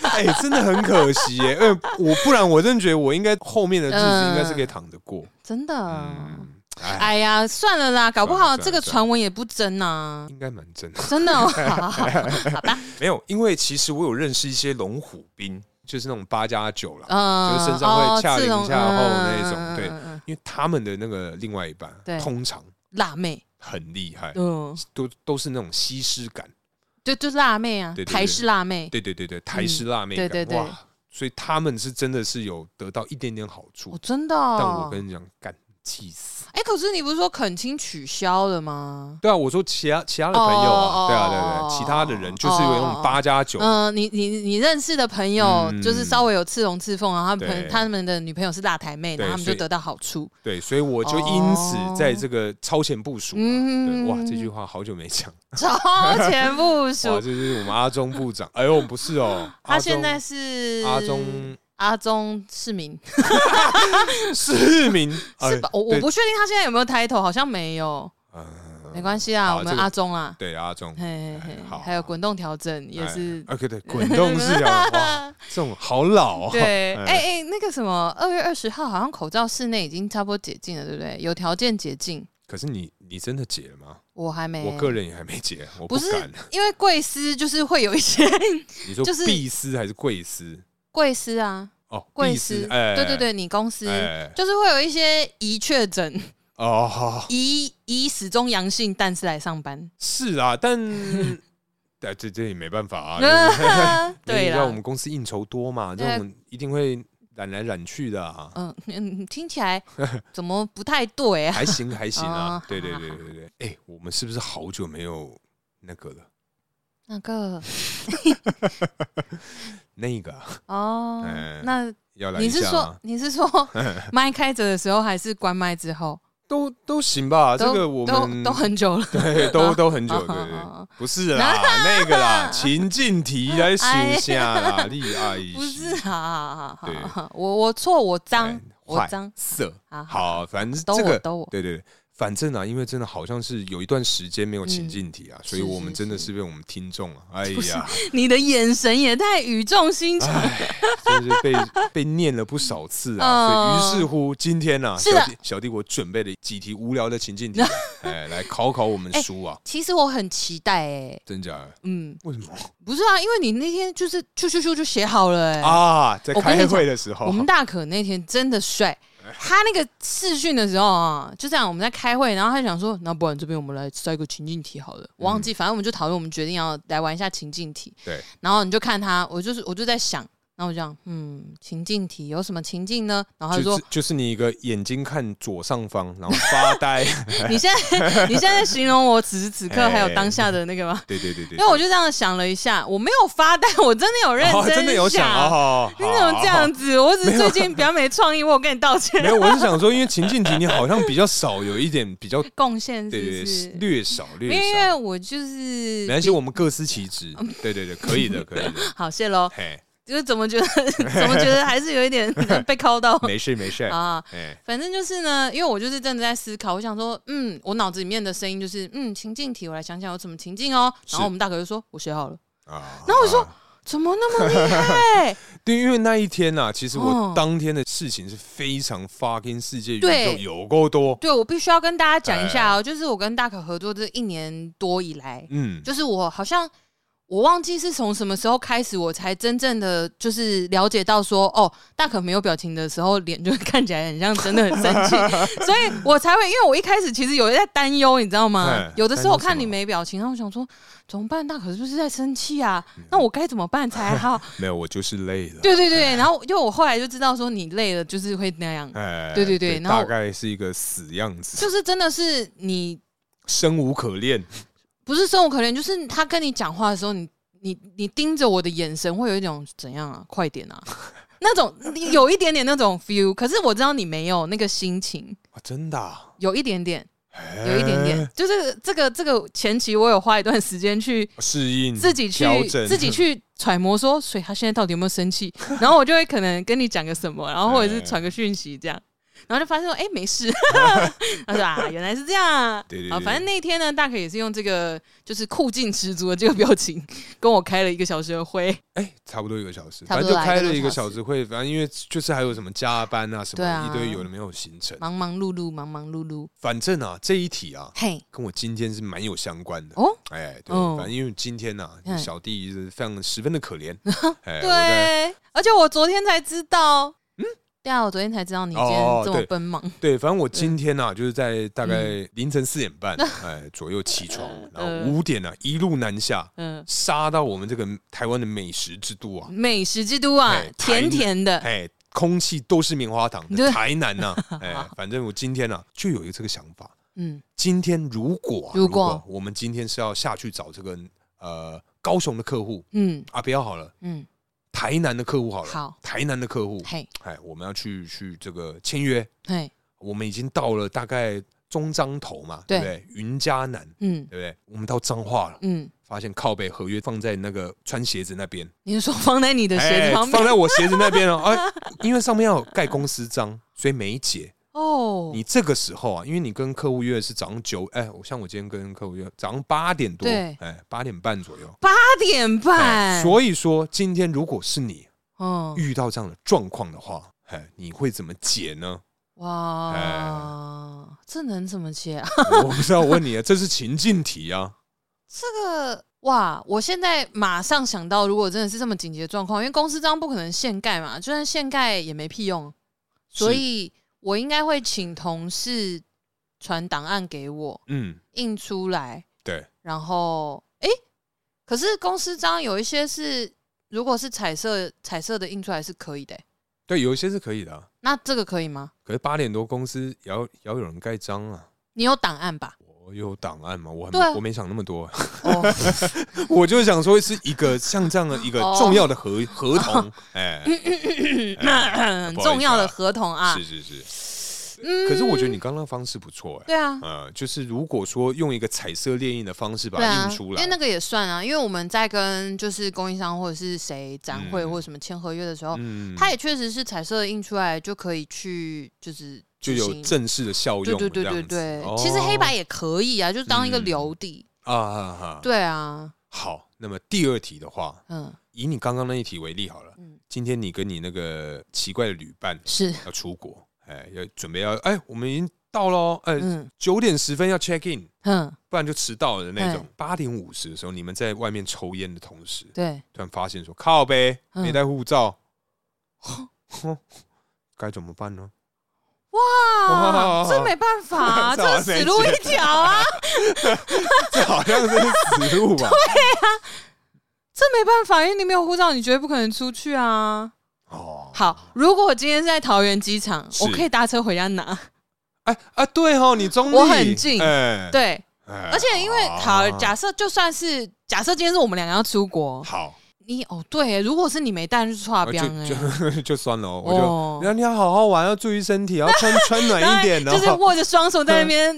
A: 哎、真的很可惜耶、 嗯，我不然我真的觉得我应该后面的日子应该是可以躺着过。
B: 真的。
A: 嗯，哎，
B: 哎呀，算了啦，搞不好
A: 算了
B: 这个
A: 算了
B: 传闻也不真呐、
A: 应该蛮真的。
B: 真的、哦。好 好
A: 没有，因为其实我有认识一些龙虎兵，就是那种八加九啦，就
B: 嗯，
A: 是身上会
B: 哦
A: 恰
B: 刺
A: 零
B: 龙
A: 恰后
B: 嗯
A: 那种
B: 嗯
A: 对
B: 嗯嗯嗯
A: 因为他们的那个另外一半
B: 对
A: 通常
B: 辣妹，
A: 很厉害，
B: 嗯，
A: 都都是那种西施感，
B: 就就是辣妹啊
A: 对，对对
B: 台式辣妹，
A: 对对对对，台式辣妹
B: 对
A: 感，
B: 嗯对对
A: 哇！所以他们是真的是有得到一点点好处，
B: 哦，真的
A: 但
B: 哦。
A: 我跟你讲，干气死！
B: 哎，可是你不是说恳亲取消了吗？
A: 对啊，我说其他其他的朋友啊，
B: 哦
A: 对啊对啊对
B: 哦
A: 啊，其他的人就是有那种八加九，
B: 嗯，你你你认识的朋友，
A: 嗯
B: 就是稍微有刺龙刺凤，然后他们朋
A: 对
B: 他们的女朋友是辣台妹，然后
A: 对
B: 他们就
A: 所以
B: 得到好处。
A: 对，所以我就因此在这个超前部署啊。
B: 哦
A: 对，哇，这句话好久没讲，
B: 嗯超前部
A: 哇，这
B: 署。
A: 是我们阿中部 长。哎呦，不是哦，
B: 他
A: 阿
B: 现
A: 中
B: 在是
A: 阿 中
B: 阿中市民
A: 市民
B: 是吧？我我
A: 哎对
B: 不确定他现在有没有抬头，好像没有，没
A: 嗯，
B: 关系啊，
A: 好
B: 我们
A: 这个
B: 阿中啊，
A: 对阿中，
B: 嘿嘿嘿
A: 哎好，
B: 还有滚动调整 也是
A: 哎，OK 对，滚动式 啊，哇，这种好老哦。
B: 对，哎
A: 哎
B: 哎、那个什么，二月二十号好像口罩室内已经差不多解禁了，对不对？有条件解禁，
A: 可是你你真的解了吗？
B: 我还没。
A: 我个人也还没解，我
B: 哎不是
A: 敢。
B: 因为贵司就是会有一些
A: 你说
B: 就是
A: 碧丝还是贵丝？
B: 贵司啊，
A: 哦，
B: 贵
A: 碧
B: 司
A: 丝，，哎，
B: 对对对，你公司。
A: 哎，
B: 就是会有一些疑确诊、
A: 哦，好
B: 疑疑始终阳性，但是来上班。
A: 是啊， 但但这这也没办法啊。就是
B: 对
A: 哎你知道我
B: 了
A: 们，公司应酬多嘛，这
B: 对啊
A: 种一定会染来染去的 啊。
B: 嗯嗯，听起来怎么不太对啊？
A: 还行还行啊
B: 哦，
A: 对对
B: 好
A: 对
B: 好
A: 对对。哎，我们是不是好久没有那个了？
B: 那个
A: 那个啊
B: 哦
A: 哎，
B: 那
A: 要来
B: 你
A: 一
B: 是
A: 下
B: 说
A: 吗？
B: 你是说 麦开着的时候，还是关麦之后？
A: 都都行吧，啊这
B: 都
A: 个我们
B: 都都很久了。
A: 对 都都很久，
B: 哦
A: 对对对
B: 哦哦哦
A: 不是啦， 那个 啦，情境题来修下 啦，厉害
B: 哎不是，好好好
A: 对
B: 好好，我我错，我
A: 哎
B: 脏，我
A: 坏
B: 脏，
A: 色，
B: 好好，
A: 好，反正
B: 都
A: 这
B: 我
A: 个，
B: 都我，
A: 对对对，反正啊，因为真的好像是有一段时间没有情境题啊，所以
B: 嗯是
A: 我们
B: 是
A: 真的
B: 是
A: 是被我们听众啊，哎
B: 不是
A: 呀，
B: 你的眼神也太语重心长。
A: 哎， 真是被被念了不少次啊，
B: 嗯
A: 所以于是乎今天呢，
B: 是
A: 小
B: 的
A: 弟小弟我准备了几题无聊的情 境题，哎，来考考我们
B: 哎
A: 叔啊，
B: 其实我很期待哎，
A: 真假的？
B: 嗯，
A: 为什么
B: 不是啊，因为你那天就是咻咻咻就写好了哎。
A: 啊？在
B: 我跟你
A: 开
B: 讲
A: 会的时候
B: 我，们大可那天真的帅，
A: 哎
B: 他那个试训的时候啊，就这样我们在开会，然后他就想说，那不然这边我们来塞个情境题好了，我
A: 嗯
B: 忘记，反正我们就讨论，我们决定要来玩一下情境题。
A: 对，
B: 然后你就看他，我就是我就在想，然后我就想，嗯，情境题有什么情境呢？然后他就
A: 就
B: 说
A: 是，就是你一个眼睛看左上方，然后发 呆。
B: 你现在你现在形容我此时此刻
A: 哎
B: 还有当下的那个吗？
A: 对对对对，
B: 因为我就这样想了一下，我没有发呆，我真的有认
A: 哦真的有想
B: 想。
A: 哦，
B: 你怎么这样
A: 好？
B: 子？我只是最近比较没创意，我有跟你道歉
A: 没。有，我是想说，因为情境题你好像比较少，有一点比较
B: 贡献
A: 对对
B: 是不是
A: 对，？略少略
B: 因为因为
A: 少。
B: 我嗯就是
A: 没关系，我们各司其职。对对对，可以的，可以的。
B: 好谢喽，
A: 嘿，
B: 就是怎么觉得怎么觉得还是有 一点被敲到
A: 没事没事。
B: 啊。
A: 哎，
B: 反正就是呢，因为我就是真的在思考，我想说，嗯，我脑子里面的声音就是，嗯，情境题，我来想想有什么情境哦。然
A: 是
B: 后我们大哥就说，我写好了，
A: 啊，
B: 然后我说怎么那么厉害？
A: 对，因为那一天呐，其实
B: 哦
A: 我当天的事情是非常 fucking 世界宇宙
B: 对
A: 有够多。
B: 对我必须要跟大家讲一下哦，就是我跟大可合作这一年多以来，
A: 哎嗯，
B: 就是我好像我忘记是从什么时候开始，我才真正的就是了解到说，哦，大可没有表情的时候，脸就看起来很像真的很生 气，所以我才会，因为我一开始其实有在担忧，你知道吗
A: 哎？
B: 有的时候我
A: 担忧什么
B: 看你没表情，然后我想说怎么办？大可是不是在生气啊？
A: 嗯
B: 那我该怎么办才好？
A: 没有，我就是累了。
B: 对对对，然后因为我后来就知道说你累了就是会那样，
A: 哎，
B: 对对对然后
A: 大概是一个死样子，
B: 就是真的是你
A: 生无可恋。
B: 不是生无可恋，就是他跟你讲话的时候，你你你盯着我的眼神，会有一种怎样啊，快点啊， 那种有一点点那种 feel。可是我知道你没有那个心情，
A: 啊，真的、啊，
B: 有一点点，有
A: 有
B: 一点点，就是这个这个前期我有花一段时间去。
A: 适应
B: 自己去
A: 调整
B: 自己去揣摩 说，所以他现在到底有没有生气？然后我就会可能跟你讲个什么，然后或者是传个讯息这样。然后就发现说，哎、没事， 他说啊，原来是这样啊。
A: 对对
B: 啊，
A: 对
B: 反正那天呢，大可也是用这个就是酷劲十足的这个表情，跟我开了一个小时的会。
A: 哎， 差不多一个小时，
B: 差
A: 反
B: 不
A: 正
B: 多
A: 就
B: 啦
A: 开了
B: 一
A: 一个
B: 个多小
A: 小时会，反正因为就是还有什么加班啊什
B: 对啊
A: 么一堆有的没有行程，
B: 忙忙碌碌，忙忙碌碌，
A: 反正啊这一题啊
B: 嘿，
A: 跟我今天是蛮有相关的。
B: 哦，
A: 哎，对，
B: 嗯
A: 反正因为今天呐
B: 嗯，
A: 小弟是非常十分的可 怜，哎，我在
B: 对，而且我昨天才知道，嗯，对啊，我昨天才知道你今
A: 哦
B: 天
A: 哦
B: 这么
A: 对
B: 奔忙，
A: 对，反正我今天呐，就是在大概
B: 嗯
A: 凌晨四点 半哎左右起床，
B: 呃
A: 然后五点呢啊一路南下，
B: 嗯、
A: 杀到我们这个台湾的美食之都啊，
B: 美食之都啊
A: 嘿，
B: 甜
A: 台
B: 甜的，
A: 哎，空气都是棉花糖
B: 对
A: 的台南呐、哎，反正我今天啊就有一个这个想法，
B: 嗯，
A: 今天如果啊、
B: 如
A: 如
B: 果
A: 我们今天是要下去找这个呃高雄的客户
B: 嗯
A: 啊，不要好了，
B: 嗯，
A: 台南的客户好了，
B: 好
A: 台南的客户，
B: 嘿
A: 哎，我们要去去这个签约，
B: 嘿，
A: 我们已经到了大概中彰头嘛，
B: 对
A: 对不对？云嘉南，
B: 嗯
A: 对不对？我们到彰化了，
B: 嗯，
A: 发现靠背合约放在那个穿鞋子那边。
B: 你是说放在你的鞋
A: 哎
B: 子旁
A: 放
B: 边
A: 在我鞋子那边 哦。哎，因为上面要有盖公司章，所以没解。
B: 哦？
A: 你这个时候啊，因为你跟客户约的是早上九，哎，我像我今天跟客户约早上八点多，
B: 对
A: 哎，八点半左右。
B: 八点
A: 哎，
B: 半，
A: 所以说今天如果是你
B: 嗯，
A: 遇到这样的状况的话，哎，你会怎么解 呢？哎
B: 哇，这能怎么切啊？
A: 我不知道，我问你啊，这是情境题啊。
B: 这个哇，我现在马上想到，如果真的是这么紧急的状况，因为公司章不可能现盖嘛，就算现盖也没屁用，所
A: 是
B: 以我应该会请同事传档案给我，
A: 嗯，
B: 印出来，
A: 对，
B: 然后诶，可是公司章有一些是，如果是彩色彩色的印出来是可以的、
A: 对，有一些是可以的啊，
B: 那这个可以吗？
A: 可是八点多公司也要也要有人盖章啊。
B: 你有档案 吧？
A: 我有档案嘛？我还
B: 对啊
A: 没我没想那么多。
B: 哦，
A: 我就想说，是一个像这样的一个
B: 哦
A: 重要的合合 同，哎，啊
B: 很 重要的合同啊
A: 是，是是。
B: 嗯，
A: 可是我觉得你刚刚的方式不错，哎，
B: 对啊，
A: 呃，就是如果说用一个彩色列印的方式把
B: 对
A: 它
B: 啊，
A: 印出
B: 因为那
A: 来，
B: 个也算啊，因为我们在跟就是供应商或者是谁展会
A: 嗯
B: 或者什么签合约的时候，
A: 嗯
B: 它也确实是彩色的印出来就可以去就是
A: 就
B: 执
A: 有
B: 行
A: 正式的效
B: 对
A: 用，
B: 对对对
A: 这
B: 对
A: 样子，
B: 其实黑白
A: 哦
B: 也可以啊，就是当一个
A: 嗯
B: 留底，
A: 啊啊啊，
B: 对啊，
A: 好。那么第二题的话，
B: 嗯
A: 以你刚刚那一题为例好了
B: 嗯，
A: 今天你跟你那个奇怪的旅伴
B: 是，
A: 要出国，哎，要准备要，哎，我们已经到了哦，哎，
B: 嗯
A: 九点十分要 check in。
B: 嗯，
A: 不然就迟到的那种
B: 嗯。
A: 八点五十的时候，你们在外面抽烟的同时，
B: 对，
A: 突然发现说靠呗，
B: 嗯
A: 没带护照， 哼该怎么办呢？
B: 哇，
A: 哇
B: 这没办法、啊，
A: 这好
B: 这
A: 像
B: 死路一条啊，
A: 这好像是死路吧？
B: 这没办法，因为你没有护照，你绝对不可能出去啊。
A: 哦，
B: 好，如果我今天是在桃园机场，
A: 是
B: 我可以搭车回家 拿，
A: 哎啊，对哦，你中立
B: 我很近
A: 哎，
B: 对，
A: 哎
B: 而且因为好，
A: 啊
B: 假设就算是假设今天是我们两个要出国，
A: 好，
B: 你哦对耶，如果是你没带，那就是画
A: 啊
B: 标
A: 就
B: 哎，
A: 就就算了哦，我就。
B: 哦
A: 那你要好好玩，要注意身体，要穿 穿暖一点哦。
B: 就是握着双手在那边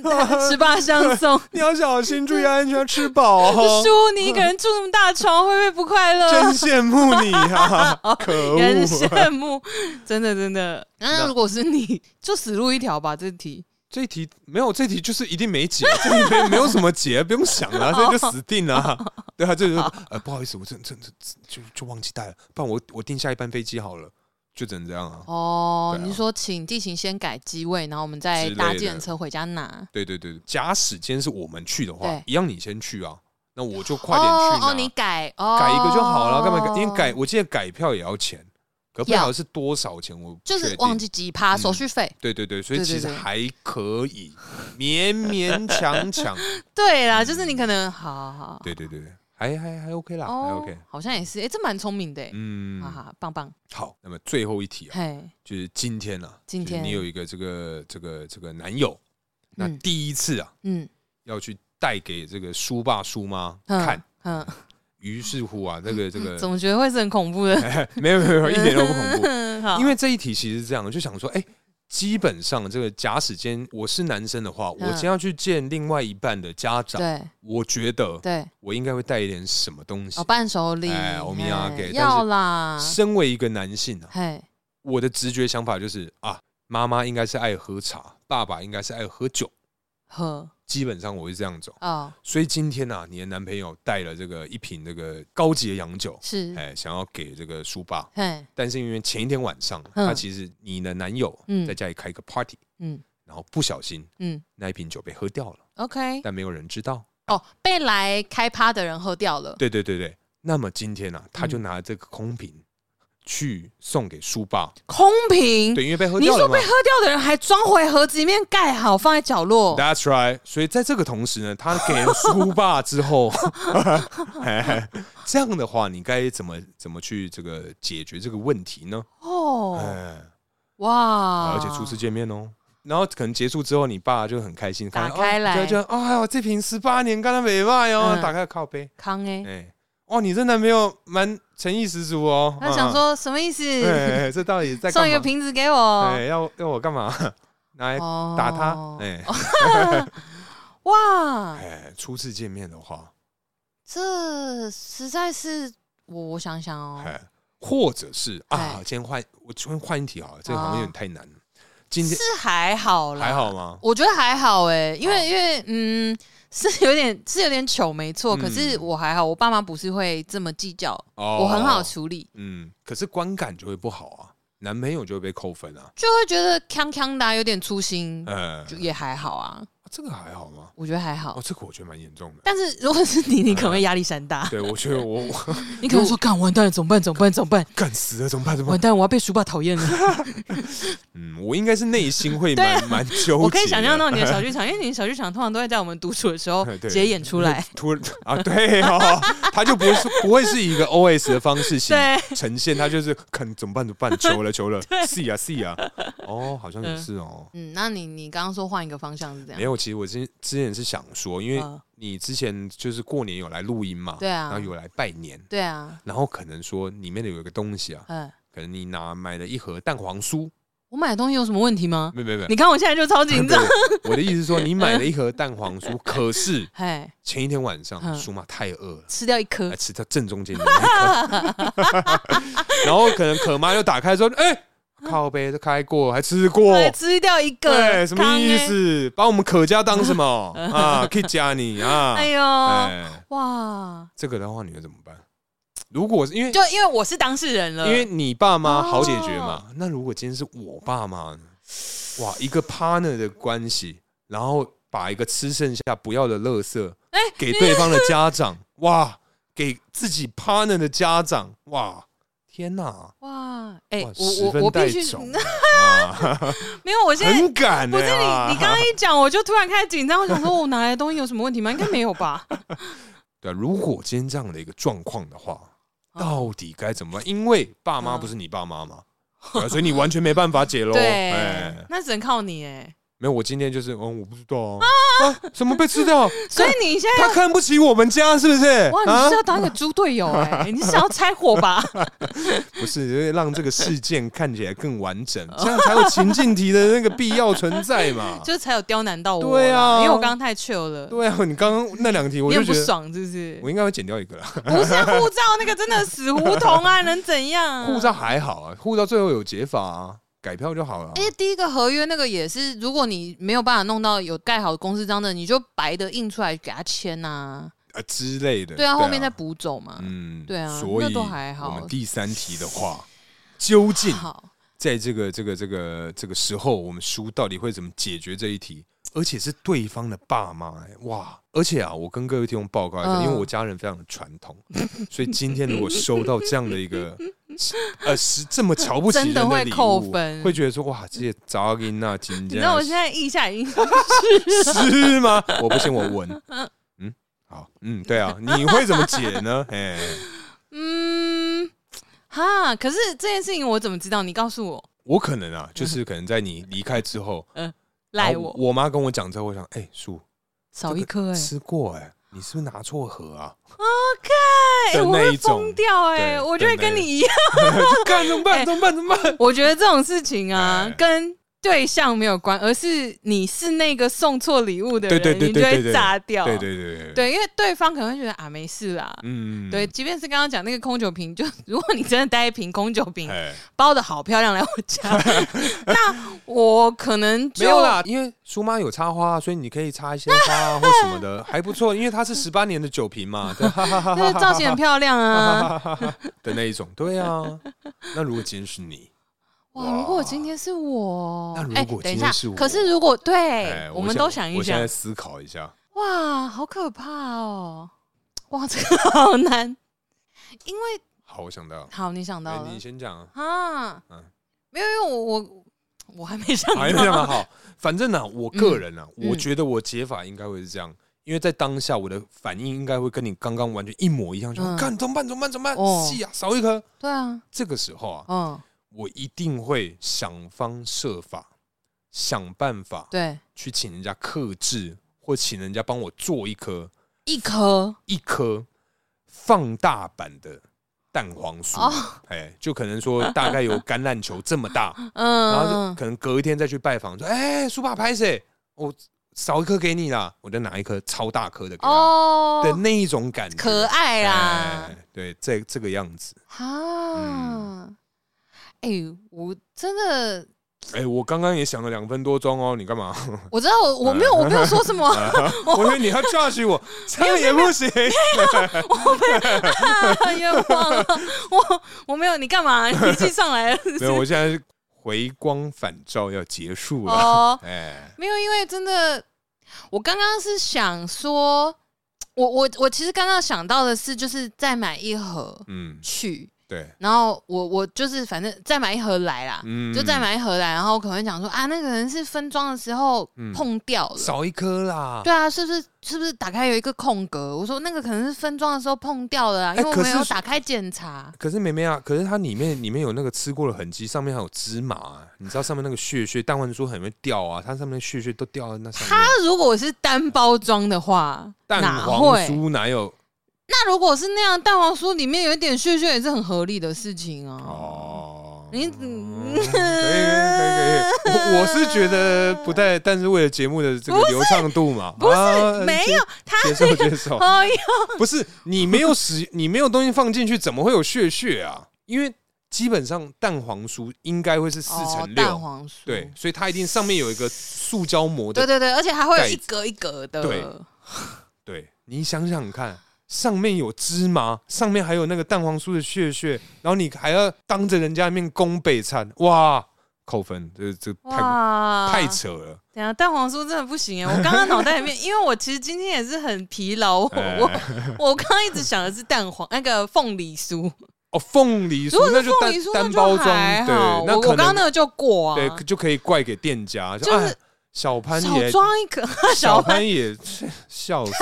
B: 十八相送。
A: 你要小心，注意安全，要吃饱 哦。
B: 叔，你一个人住那么大的床，会不会不快乐
A: 真？羡慕你呀、啊， 可恶！
B: 啊原来是羡慕， 真的真的。那
A: 那
B: 如果是你， 就死路一条吧。这题
A: 这一题没有，这题就是一定没解，啊这题没没 有什么解，啊不用想了，这就死定了。
B: 哦
A: 对啊，这就呃，不好意思，我真真真就就忘记带了，不然我我订下一班飞机好了，就只能这样啊。
B: 哦，
A: 对啊
B: 你说请地勤先改机位，然后我们再
A: 之类的
B: 搭计程车回家拿。
A: 对对对，假使今天是我们去的话
B: 对，
A: 一样你先去啊，那我就快点
B: 哦
A: 去拿
B: 哦，你改哦，
A: 改一个就好了，干嘛改？因为改我记得改票也要钱，可不
B: 要
A: 晓得是多少钱，我不
B: 就是
A: 确定嗯
B: 忘。记几趴手续费。
A: 对对对，所以
B: 对对
A: 其实
B: 对
A: 还可以，勉勉强强。
B: 对啦，就是你可能好好好
A: 对对对，对还还还 OK 啦，还
B: 哦
A: OK。，
B: 好像也是，哎，这蛮聪明的，哎
A: 嗯，
B: 哈哈，棒棒，
A: 好，那么最后一题啊，
B: 嘿，
A: 就是今天啊，
B: 今
A: 就是
B: 天
A: 你有一个这个这个这个男友，那
B: 嗯
A: 第一次啊
B: 嗯，
A: 要去带给这个叔爸叔妈
B: 嗯
A: 看，，
B: 嗯，
A: 于是乎啊，这个这个
B: 总觉得会是很恐 怖的，
A: 没有没
B: 嗯
A: 有没有一点都不恐怖，
B: 怖
A: 因为这一题 其实是啊这样，就想说，哎。基本上，这个假使间我是男生的话，我
B: 嗯
A: 今天要去见另外一半的家长，
B: 对
A: 我觉得
B: 对，
A: 我应该会带一点什么东西
B: 哦，。伴手礼，
A: 哎欧米
B: 嘿
A: 亚给但是
B: 要啦，
A: 身为一个男性啊，
B: 嘿，
A: 我的直觉想法就是啊，妈妈应该是爱喝茶，爸爸应该是爱喝酒。
B: 呵
A: 基本上我是这样走，
B: 哦，
A: 所以今天啊，你的男朋友带了这个一瓶这个高级的洋酒，
B: 是，
A: 哎，想要给这个苏爸，
B: 嘿，
A: 但是因为前一天晚上，
B: 嗯
A: 他其实你的男友
B: 嗯
A: 在家里开一个 party，
B: 嗯
A: 然后不小心
B: 嗯
A: 那一瓶酒被喝掉了，
B: ，OK，
A: 但没有人知道。
C: 哦，被来开趴的人喝掉了。
A: 对对对对，那么今天啊，他就
B: 嗯
A: 拿这个空瓶去送给苏爸，
B: 空瓶。
A: 对，因为被喝
B: 你
A: 掉
B: 说
A: 了嘛
B: 被。喝掉的人还装回盒子里面盖好，放在角落。
A: That's right。所以在这个同时呢，他给了苏爸之 后，哎这样的话，你该怎么怎么去这个解决这个问题呢？
B: 哦，啊
A: 哎，
B: 哇！
A: 而且初次见面哦。然后可能结束之后，你爸就很开心，
B: 打
A: 看
B: 开来
A: 哦、就就哦，哎呦，这瓶十八年干的美卖哦，
B: 嗯
A: 打开靠背，
B: 康哎，
A: 哎，哦，你这男朋友蛮诚意十足哦。
B: 他想
A: 嗯，
B: 说什么意思？
A: 嗯 哎，哎这到底在干嘛
B: 送一个，瓶子给我
A: 哎，，要要我干嘛？ 拿来
B: 哦
A: 打他，哎
B: 哇，
A: 哎，初次见面的话，
B: 这实在是我我想想哦，
A: 哎，或者是啊，
B: 哎
A: 今天换我今天换一题好了，这个好像有点太难了。今天
B: 哦是啊还好啦，
A: 还好吗？
B: 我觉得还好哎、因
A: 好
B: 为因为嗯，是有点是有点糗，没错。
A: 嗯
B: 可是我还好，我爸妈不是会这么计较，
A: 哦
B: 我很好处理，
A: 嗯，可是观感就会不好啊，男朋友就会被扣分啊。
B: 就会觉得康康的啊、有点粗心，
A: 呃，
B: 嗯就也还好啊，
A: 这个还好吗？
B: 我觉得还好
A: 哦，。这个我觉得蛮严重的。
B: 但是如果是你，你可能会压力山大，
A: 对，我觉得我 我
B: 你可能说干完蛋了，怎么办？怎么办？怎么办？
A: 干死了，怎么办？怎么
B: 完
A: 办？
B: 蛋，我要被叔爸讨厌 了。
A: 嗯，我应该是内心会
B: 对啊
A: 蛮蛮纠结的。
B: 我可以想象到你的小剧场，因为你的小剧场通常都会在我们独处的时候
A: 对
B: 直接演出来。
A: 突然啊，对哦， 他就不是不会是以一个 OS 的方式形
B: 对，
A: 呈现，他就是看怎么办怎么办，求了 求了，是啊是啊，哦，好像也是哦。
B: 嗯，那你你刚刚说换一个方向是这样
A: 没？有，其实我之之前是想说，因为
B: 嗯
A: 你之前就是过年有来录音嘛，
B: 对啊
A: 然后有来拜年，
B: 对啊，
A: 然后可能说里面的有一个东西啊，
B: 嗯，
A: 可能你拿买了一盒蛋黄酥，
B: 我买的东西有什么问题吗？
A: 没有没 有没有
B: 你看我现在就超紧张。
A: 我的意思是说，你买 了一盒蛋黄酥，可是
B: 哎，
A: 前一天晚上
B: 嗯
A: 苏妈太饿了。
B: 吃掉一颗
A: 来，吃到正中间的那一颗， 然后可能可妈就打开说：“哎、靠背都开过，还吃过，
B: 对，哎吃掉一个，
A: 对，什么
B: 康
A: 意
B: 欸？
A: 思？把我们可家当什么 啊？可以加你啊？
B: 哎
A: 哎、
B: 呦，哇！
A: 这个的话你会怎么办？如果是因为
B: 就因为我是当事人了，
A: 因为你爸妈好解决
B: 哦
A: 嘛，那如果今天是我爸妈呢？哇，一个 partner 的关系，然后把一个吃剩下不要的垃圾，
B: 哎
A: 给对方的家长，哇，给自己 partner 的家长，哇，天哪！
B: 哇，哎、
A: 哇，
B: 我
A: 十
B: 我
A: 分
B: 我必
A: 带
B: 须，
A: 种 啊，
B: 没有，我现在
A: 很敢
B: 不是
A: 欸啊
B: 你，你刚刚一讲，我就突然开始紧张，我想说，我拿来的东西有什么问题吗？应该没 有吧？
A: 对啊，如果今天这样的一个状况的话，
B: 嗯
A: 到底该怎么办？因为爸妈不是你爸妈嘛，对啊所以你完全没办法解 喽。
B: 对，
A: 哎
B: 那只能靠你哎。
A: 没有，我今天就是，嗯，我不知道啊，啊什么被吃掉？
B: 所以你 现在
A: 他看不起我们家是不是？
B: 哇，
A: 啊
B: 你是要当一个猪队友 哎、你是想要拆伙吧？？
A: 不是，就是让这个事件看起来更完整，这样才有情境题的那个必要存在嘛
B: 就是才有刁难到我啦。
A: 对啊
B: 因为我刚刚太 chill 了，
A: 对啊，你刚刚那两题我
B: 你
A: 就
B: 很
A: 觉
B: 不
A: 得，
B: 爽是不是？
A: 我应该会剪掉一个啦。
B: 不是啊护照那个真的死胡同啊，能怎样？
A: 护照。还好啊，护照最后有解法啊，改票就好了啊。
B: 哎、第一个合约那个也是，如果你没有办法弄到有盖好公司章的，你就白的印出来给他签呐、
A: 啊之类的。
B: 对啊，后面再补走嘛。
A: 嗯
B: 对啊
A: 所
B: 那
A: 以
B: 都还好
A: 我们第三题的话，究竟
B: 好，
A: 在这个这个这个这个时候，我们叔到底会怎么解决这一题？而且是对方的爸妈、哎哇！而且啊，我跟各位听众报告一下，
B: 嗯
A: 因为我家人非常的传统， 所以今天如果收到这样的一个， 呃，是这么瞧不起人
B: 真的会
A: 礼物
B: 扣分
A: 会觉得说哇，这些杂音啊，今
B: 你
A: 天
B: 知道我现在意下已经
A: 是吗？ 我不信，我闻。嗯，好，嗯，对啊，你会怎么解呢？ 哎、
B: 嗯，哈，可是这件事情我怎么知道？你告诉我，
A: 我可能啊，就是可能在你离开之后，
B: 赖
A: 然后
B: 我，
A: 啊我妈跟我讲之后，我想，哎、叔
B: 少一颗哎、欸，
A: 吃过哎、你是不是拿错盒 啊？
B: 哎、
A: 的
B: 我
A: 那
B: 会
A: 一种
B: 疯掉哎、
A: 对
B: 我就会
A: 的那
B: 跟
A: 一
B: 你一样。
A: 干怎么办？
B: 哎
A: 怎么办？怎么办？
B: 我觉得这种事情啊
A: 哎，
B: 跟对象没有关，而是你是那个送错礼物的人，
A: 对对对对对
B: 你就会
A: 对
B: 炸掉。
A: 对对对对，
B: 对因为对方可能会觉得啊没事啦。
A: 嗯，
B: 对，即便是刚刚讲那个空酒瓶，就 如果你真的带一瓶空酒瓶，
A: 哎，
B: 包的好漂亮来我家， 那我可能就
A: 没有啦，因为苏妈有插花，啊所以你可以插一些花啊或什么的，还不错，因为它是十八年的酒瓶嘛，对哈哈哈
B: 那个造型很漂亮啊。
A: 哈哈哈 的那一种，对啊。那如果今天是你，
B: 哇，如果今天是我
A: 那如，
B: 哎，
A: 果
B: 等一
A: 今
B: 下
A: 天是，我
B: 可是如果对
A: 哎，，
B: 我们都想一
A: 我现
B: 想
A: 在，思考一下，
B: 哇，好可怕哦！哇，这个好难，因为
A: 好，我想到，
B: 好，你想
A: 哎
B: 到了
A: 你先讲啊，
B: 啊
A: 嗯，
B: 没有，因为我我我还没 想
A: 还没讲
B: 到，
A: 啊好。反正呢，我个人啊，
B: 嗯
A: 我觉得我解法应该会是这样，因为在当下我的反应应该会跟你刚刚完全一模一样，就
B: 嗯
A: 看怎么办，怎么办，怎么
B: 哦
A: 办，戏啊，少一颗。
B: 对啊，
A: 这个时候啊，
B: 嗯，
A: 我一定会想方设法、想办法
B: 对，
A: 去请人家克制，或请人家帮我做一颗
B: 一颗
A: 一颗放大版的蛋黄酥，
B: 哦，
A: 哎，就可能说大概有橄榄球这么 大，然后
B: 嗯
A: 就，可能隔一天再去拜访，说哎，苏爸拍谁？我少一颗给你啦，我就拿一颗超大颗的给他
B: 哦，
A: 的那一种感觉，
B: 可爱啊啦
A: 哎，，对，这这个样子。嗯
B: 啊，哎，我真的
A: 哎，我刚刚也想了两分多钟哦，你干嘛？
B: 我知道我我没有我没有说什么，
A: 我以为你要 judge 我，这样也不行。
B: 冤枉啊！我我没有，你干嘛？你气上来 了？
A: 没有，我现在是回光返照要结束了。
B: 哦，
A: 哎，
B: 没有，因为真的，我刚刚是想说，我我我其实刚刚想到的是，就是再买一盒
A: 嗯，
B: 去，
A: 对，
B: 然后我我就是反正再买一盒来啦，
A: 嗯，
B: 就再买一盒来，然后我可能会讲说啊，那可能是分装的时候
A: 嗯
B: 碰掉了。
A: 少一颗啦。
B: 对啊，是不是是不是打开有一个空格？我说那个可能是分装的时候碰掉了啊，因为我
A: 哎可
B: 没
A: 是
B: 有打开检查。
A: 可是妹妹啊，可是它里面里面有那个吃过的痕迹，上面还有芝麻、啊，你知道上面那个屑屑，蛋黄酥很会掉啊，它上面的屑屑都掉在那上面。
B: 那如果是单包装的话，
A: 蛋
B: 哪
A: 黄
B: 会？
A: 酥哪有？
B: 那如果是那样，蛋黄酥里面有一点屑屑也是很合理的事情啊。
A: 哦，
B: 你
A: 嗯可以可以可以，我我是觉得不太，
B: 嗯
A: 但是为了节目的这个流畅度嘛，不是
B: 没有它
A: 接受接受，
B: 哎呀，
A: 不是你没有使你没有东西放进去，怎么会有血血啊？因为基本上蛋黄酥应该会是四
B: 哦
A: 乘，六、
B: 蛋黄酥，
A: 对，所以它一定上面有一个塑胶膜的
B: 对。对对，而且还会有
A: 盖子
B: 一格一格的，
A: 对对你想想看，上面有芝麻，上面还有那个蛋黄酥的血血，然后你还要当着人家的面攻北餐，哇，扣分，这这太
B: 哇，
A: 太扯了。
B: 等一下蛋黄酥真的不行哎！我刚刚脑袋里 面，因为我其实今天也是很疲劳，我
A: 哎
B: 我我刚刚一直想的是蛋黄那个凤梨酥，
A: 哦，凤梨
B: 如果
A: 酥那
B: 是
A: 就
B: 凤
A: 单
B: 梨酥那
A: 单
B: 就
A: 包装，
B: 还
A: 对
B: 好，，
A: 那
B: 我
A: 可
B: 我刚刚那
A: 能
B: 个就过啊，
A: 对就可以怪给店家，
B: 就
A: 就是哎小潘
B: 少
A: 也
B: 装一颗，
A: 小
B: 小潘
A: 潘也 笑 死，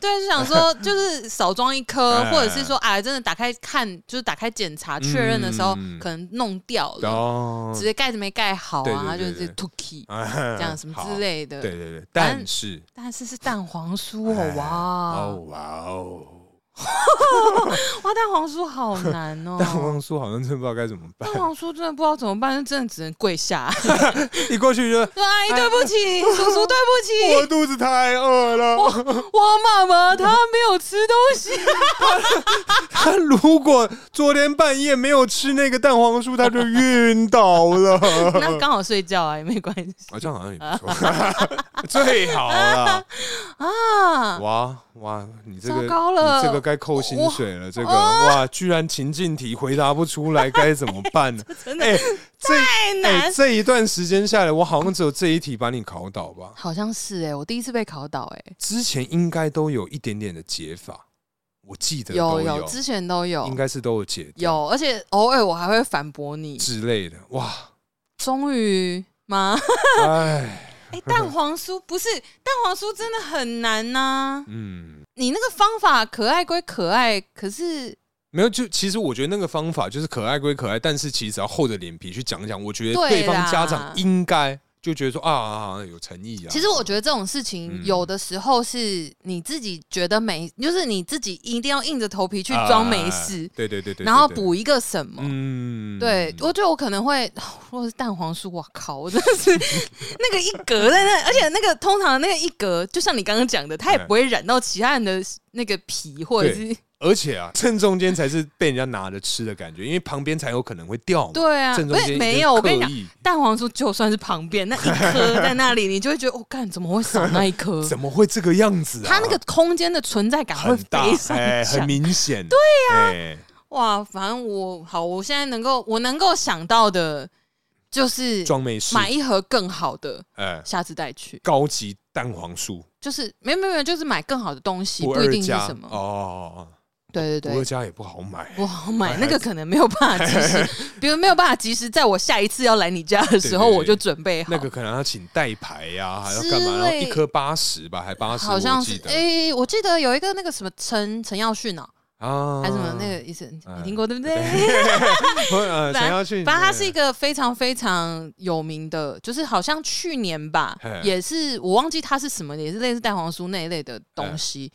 B: 对，就想说就是少装一颗，
A: 哎
B: 或者是说啊，真的打开看，就是打开检查确认的时候，
A: 嗯
B: 可能弄掉
A: 然
B: 了，
A: 后
B: 直接盖子没盖好
A: 对对
B: 啊，就
A: 对
B: 是
A: 对
B: Tookie
A: 这
B: 这样什么之，类的。
A: 哎好对对对，
B: 反
A: 但是
B: 但是是蛋黄酥哦
A: 哎，
B: 哇
A: 哦哇哦，
B: 哇，蛋黄酥好难哦，
A: 蛋黄酥好像真不知道该怎么办
B: 蛋，黄酥真的不知道怎么办，就真的只能跪下。
A: 一过去就
B: 说阿姨对不起，叔叔对
A: 哎我
B: 不起，
A: 肚子太饿 了。
B: 我妈妈她没有吃东 西。
A: 他如果昨天半夜没有吃那个蛋黄酥，他就晕倒 了。
B: 那刚好睡觉啊，也没关系
A: 啊，这样好像也不错， 最好了。
B: 啊。
A: 哇哇，你这
B: 糟
A: 个
B: 糕了哦
A: 你这个该扣薪水了。这个哇，居然情境题回答不出来，该怎么 办呢？
B: 真的
A: 哎，这
B: 太
A: 哎、
B: 难，
A: 这一段时间下来，我好像只有这一题把你考倒吧。
B: 好像是哎、我第一次被考倒哎、
A: 之前应该都有一点点的解法，我记得都
B: 有之前都有
A: 应，该是都有解掉
B: 有，而且偶尔我还会反驳你。
A: 之类的。哇，
B: 终于吗？
A: 哎，
B: 哎、蛋黄酥不是蛋黄酥，真的很难呐、
A: 嗯，
B: 你那个方法可爱归可爱，可是
A: 没有，就其实我觉得那个方法就是可爱归可爱，但是其实要厚着脸皮去讲一讲，我觉得
B: 对
A: 对方
B: 啦
A: 家长应该就觉得说啊啊啊有诚意啊。
B: 其实我觉得这种事情
A: 嗯
B: 有的时候是你自己觉得没，就是你自己一定要硬着头皮去装没
A: 啊，
B: 事
A: 对对对对，对
B: 然后，补一个什么。
A: 嗯
B: 对，我觉得我可能会，如果是蛋黄酥，我靠，我真的是那个一格在那，而且那个通常那个一格，就像你刚刚讲的，它也
A: 对
B: 不会染到其他人的那个皮，或者是
A: 而且啊，正中间才是被人家拿着吃的感觉，因为旁边才有可能会掉嘛。
B: 对啊，
A: 正
B: 不
A: 中
B: 是
A: 间
B: 没有，我跟你讲，
A: 讲，
B: 蛋黄酥就算是旁边那一颗在那里，你就会觉得，哦，干怎么会少那一颗？
A: 怎么会这个样子啊？
B: 它那个空间的存在感会
A: 很大
B: 非，常啊
A: 哎，很
B: 强。
A: 明显。哎对呀、
B: 哇，反正我好，我现在能够我能够想到的，就是
A: 装没事，
B: 买一盒更好的，
A: 哎，
B: 下次带去。
A: 高级蛋黄酥，
B: 就是没有没有没有，就是买更好的东西，
A: 不
B: 不一
A: 二
B: 定是
A: 家
B: 什么。
A: 哦，
B: 对对
A: 不二
B: 对。
A: 家也不好买。
B: 哇，买那个可能没有办法及时， 比如没有办法及时，在我下一次要来你家的时候，
A: 对对对
B: 我就准备好。
A: 那个可能要请代牌呀、还要干嘛？
B: 之类
A: 然后一颗八十吧，还八十，
B: 好像
A: 我
B: 是
A: 记，得
B: 诶，我记得有一个那个什么陈陈耀迅啊，
A: 啊，
B: 还是什么那个医生，你
A: 嗯
B: 听过对不对？
A: 不呃，
B: 反
A: 想要 去，
B: 反正他是一个非常非常有名的，就是好像去年吧
A: 嘿，
B: 也是我忘记他是什么，也是类似蛋黄酥那一类的
A: 嗯
B: 东西。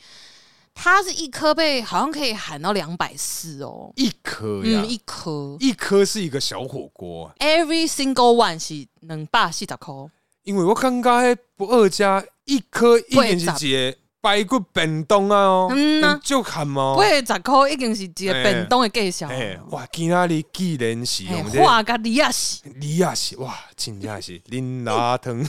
B: 它是一颗被好像可以喊到两百四哦，
A: 一颗呀
B: 嗯，，一颗
A: 一颗是一个小火锅、
B: ，every single one 是能霸四十块，
A: 因为我刚刚的不二家一颗一年级节白骨本东啊哦，
B: 嗯呐
A: 就喊哦，
B: 八十块已经是一个
A: 嘿
B: 本东的介绍，
A: 哎，哇，今仔日既然是我们
B: 嘿
A: 这
B: 话甲你也是，
A: 你也是哇，真正是恁拉疼，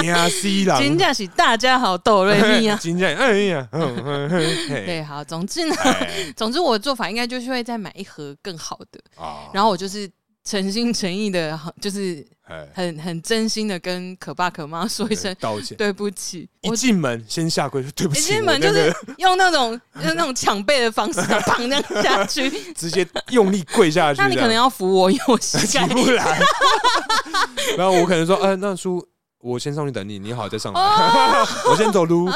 A: 惊死人，
B: 真正是大家好斗瑞 咪啊。
A: 真正哎 呀，嗯嗯嗯嘿
B: 对，好，总之呢，
A: 哎
B: 总之我的做法应该就是会再买一盒更好的，
A: 啊，
B: 然后我就是诚心诚意的，就是
A: 哎
B: 很很真心的跟可爸可妈说一声
A: 道歉。
B: 对不起。
A: 一
B: 我
A: 进门先下跪，说对不起，
B: 进门
A: 我那
B: 就
A: 个
B: 是用那种就是那种抢背的方式， 砰这样下 去。
A: 直接用力跪下去。
B: 那你可能要扶我，因为我膝
A: 起
B: 盖。
A: 不来，然后我可能说，嗯，那叔，我先上去等你，你好再上来，
B: 哦
A: 我先走 路。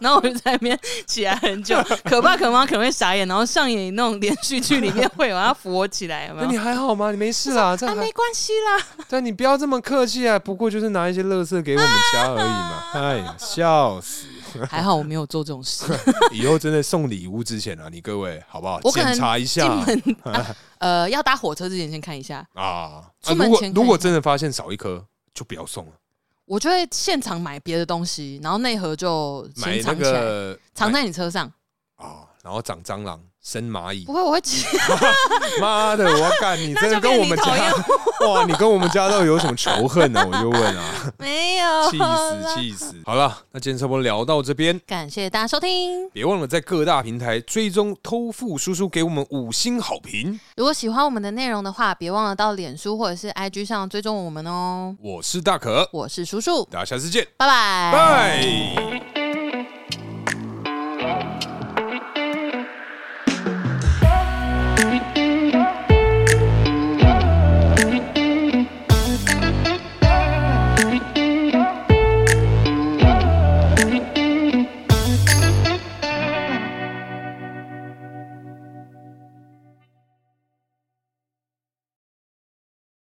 B: 然后我就在那边起来 很久，可爸可妈可能会傻眼，然后上演那种连续剧里面会有要扶我起来，有没
A: 那
B: 有
A: 哎你？还好吗？你没事啦，这
B: 啊，
A: 样还
B: 没关系啦，
A: 对，你不要这么客气啊。不过就是拿一些垃圾给我们家而已 嘛。哎呀，笑死！
B: 还好我没有做这种事。
A: 以后真的送礼物之前啊，你各位好不好？
B: 我可能
A: 检查一
B: 进
A: 下
B: 门、啊、呃，要搭火车之前先看一下，
A: 啊。啊
B: 出门
A: 如果
B: 前看一下
A: 如果真的发现少一颗，就不要送了，
B: 我就会现场买别的东西，然后内盒就
A: 买
B: 先
A: 那
B: 藏起来，
A: 个
B: 藏在你车上。
A: 啊，然后长蟑螂、生蚂蚁
B: 不。会，我会骑。
A: 妈的，我干 你真
B: 那
A: 的
B: 就
A: 跟
B: 变
A: 我
B: 你
A: 们家
B: 讨厌
A: 哇，你跟我们家到底有什么仇恨呢、我就问 啊，
B: 没有
A: 气
B: 啦
A: 死气死！好了，那今天差不多聊到这边。
B: 感谢大家收听。
A: 别忘了在各大平台追踪偷富叔叔，给我们五星好评。
B: 如果喜欢我们的内容的话，别忘了到脸书或者是 IG 上追踪我们哦。
A: 我是大可，
B: 我是叔叔，
A: 大家下次见，
B: 拜拜。
A: 拜。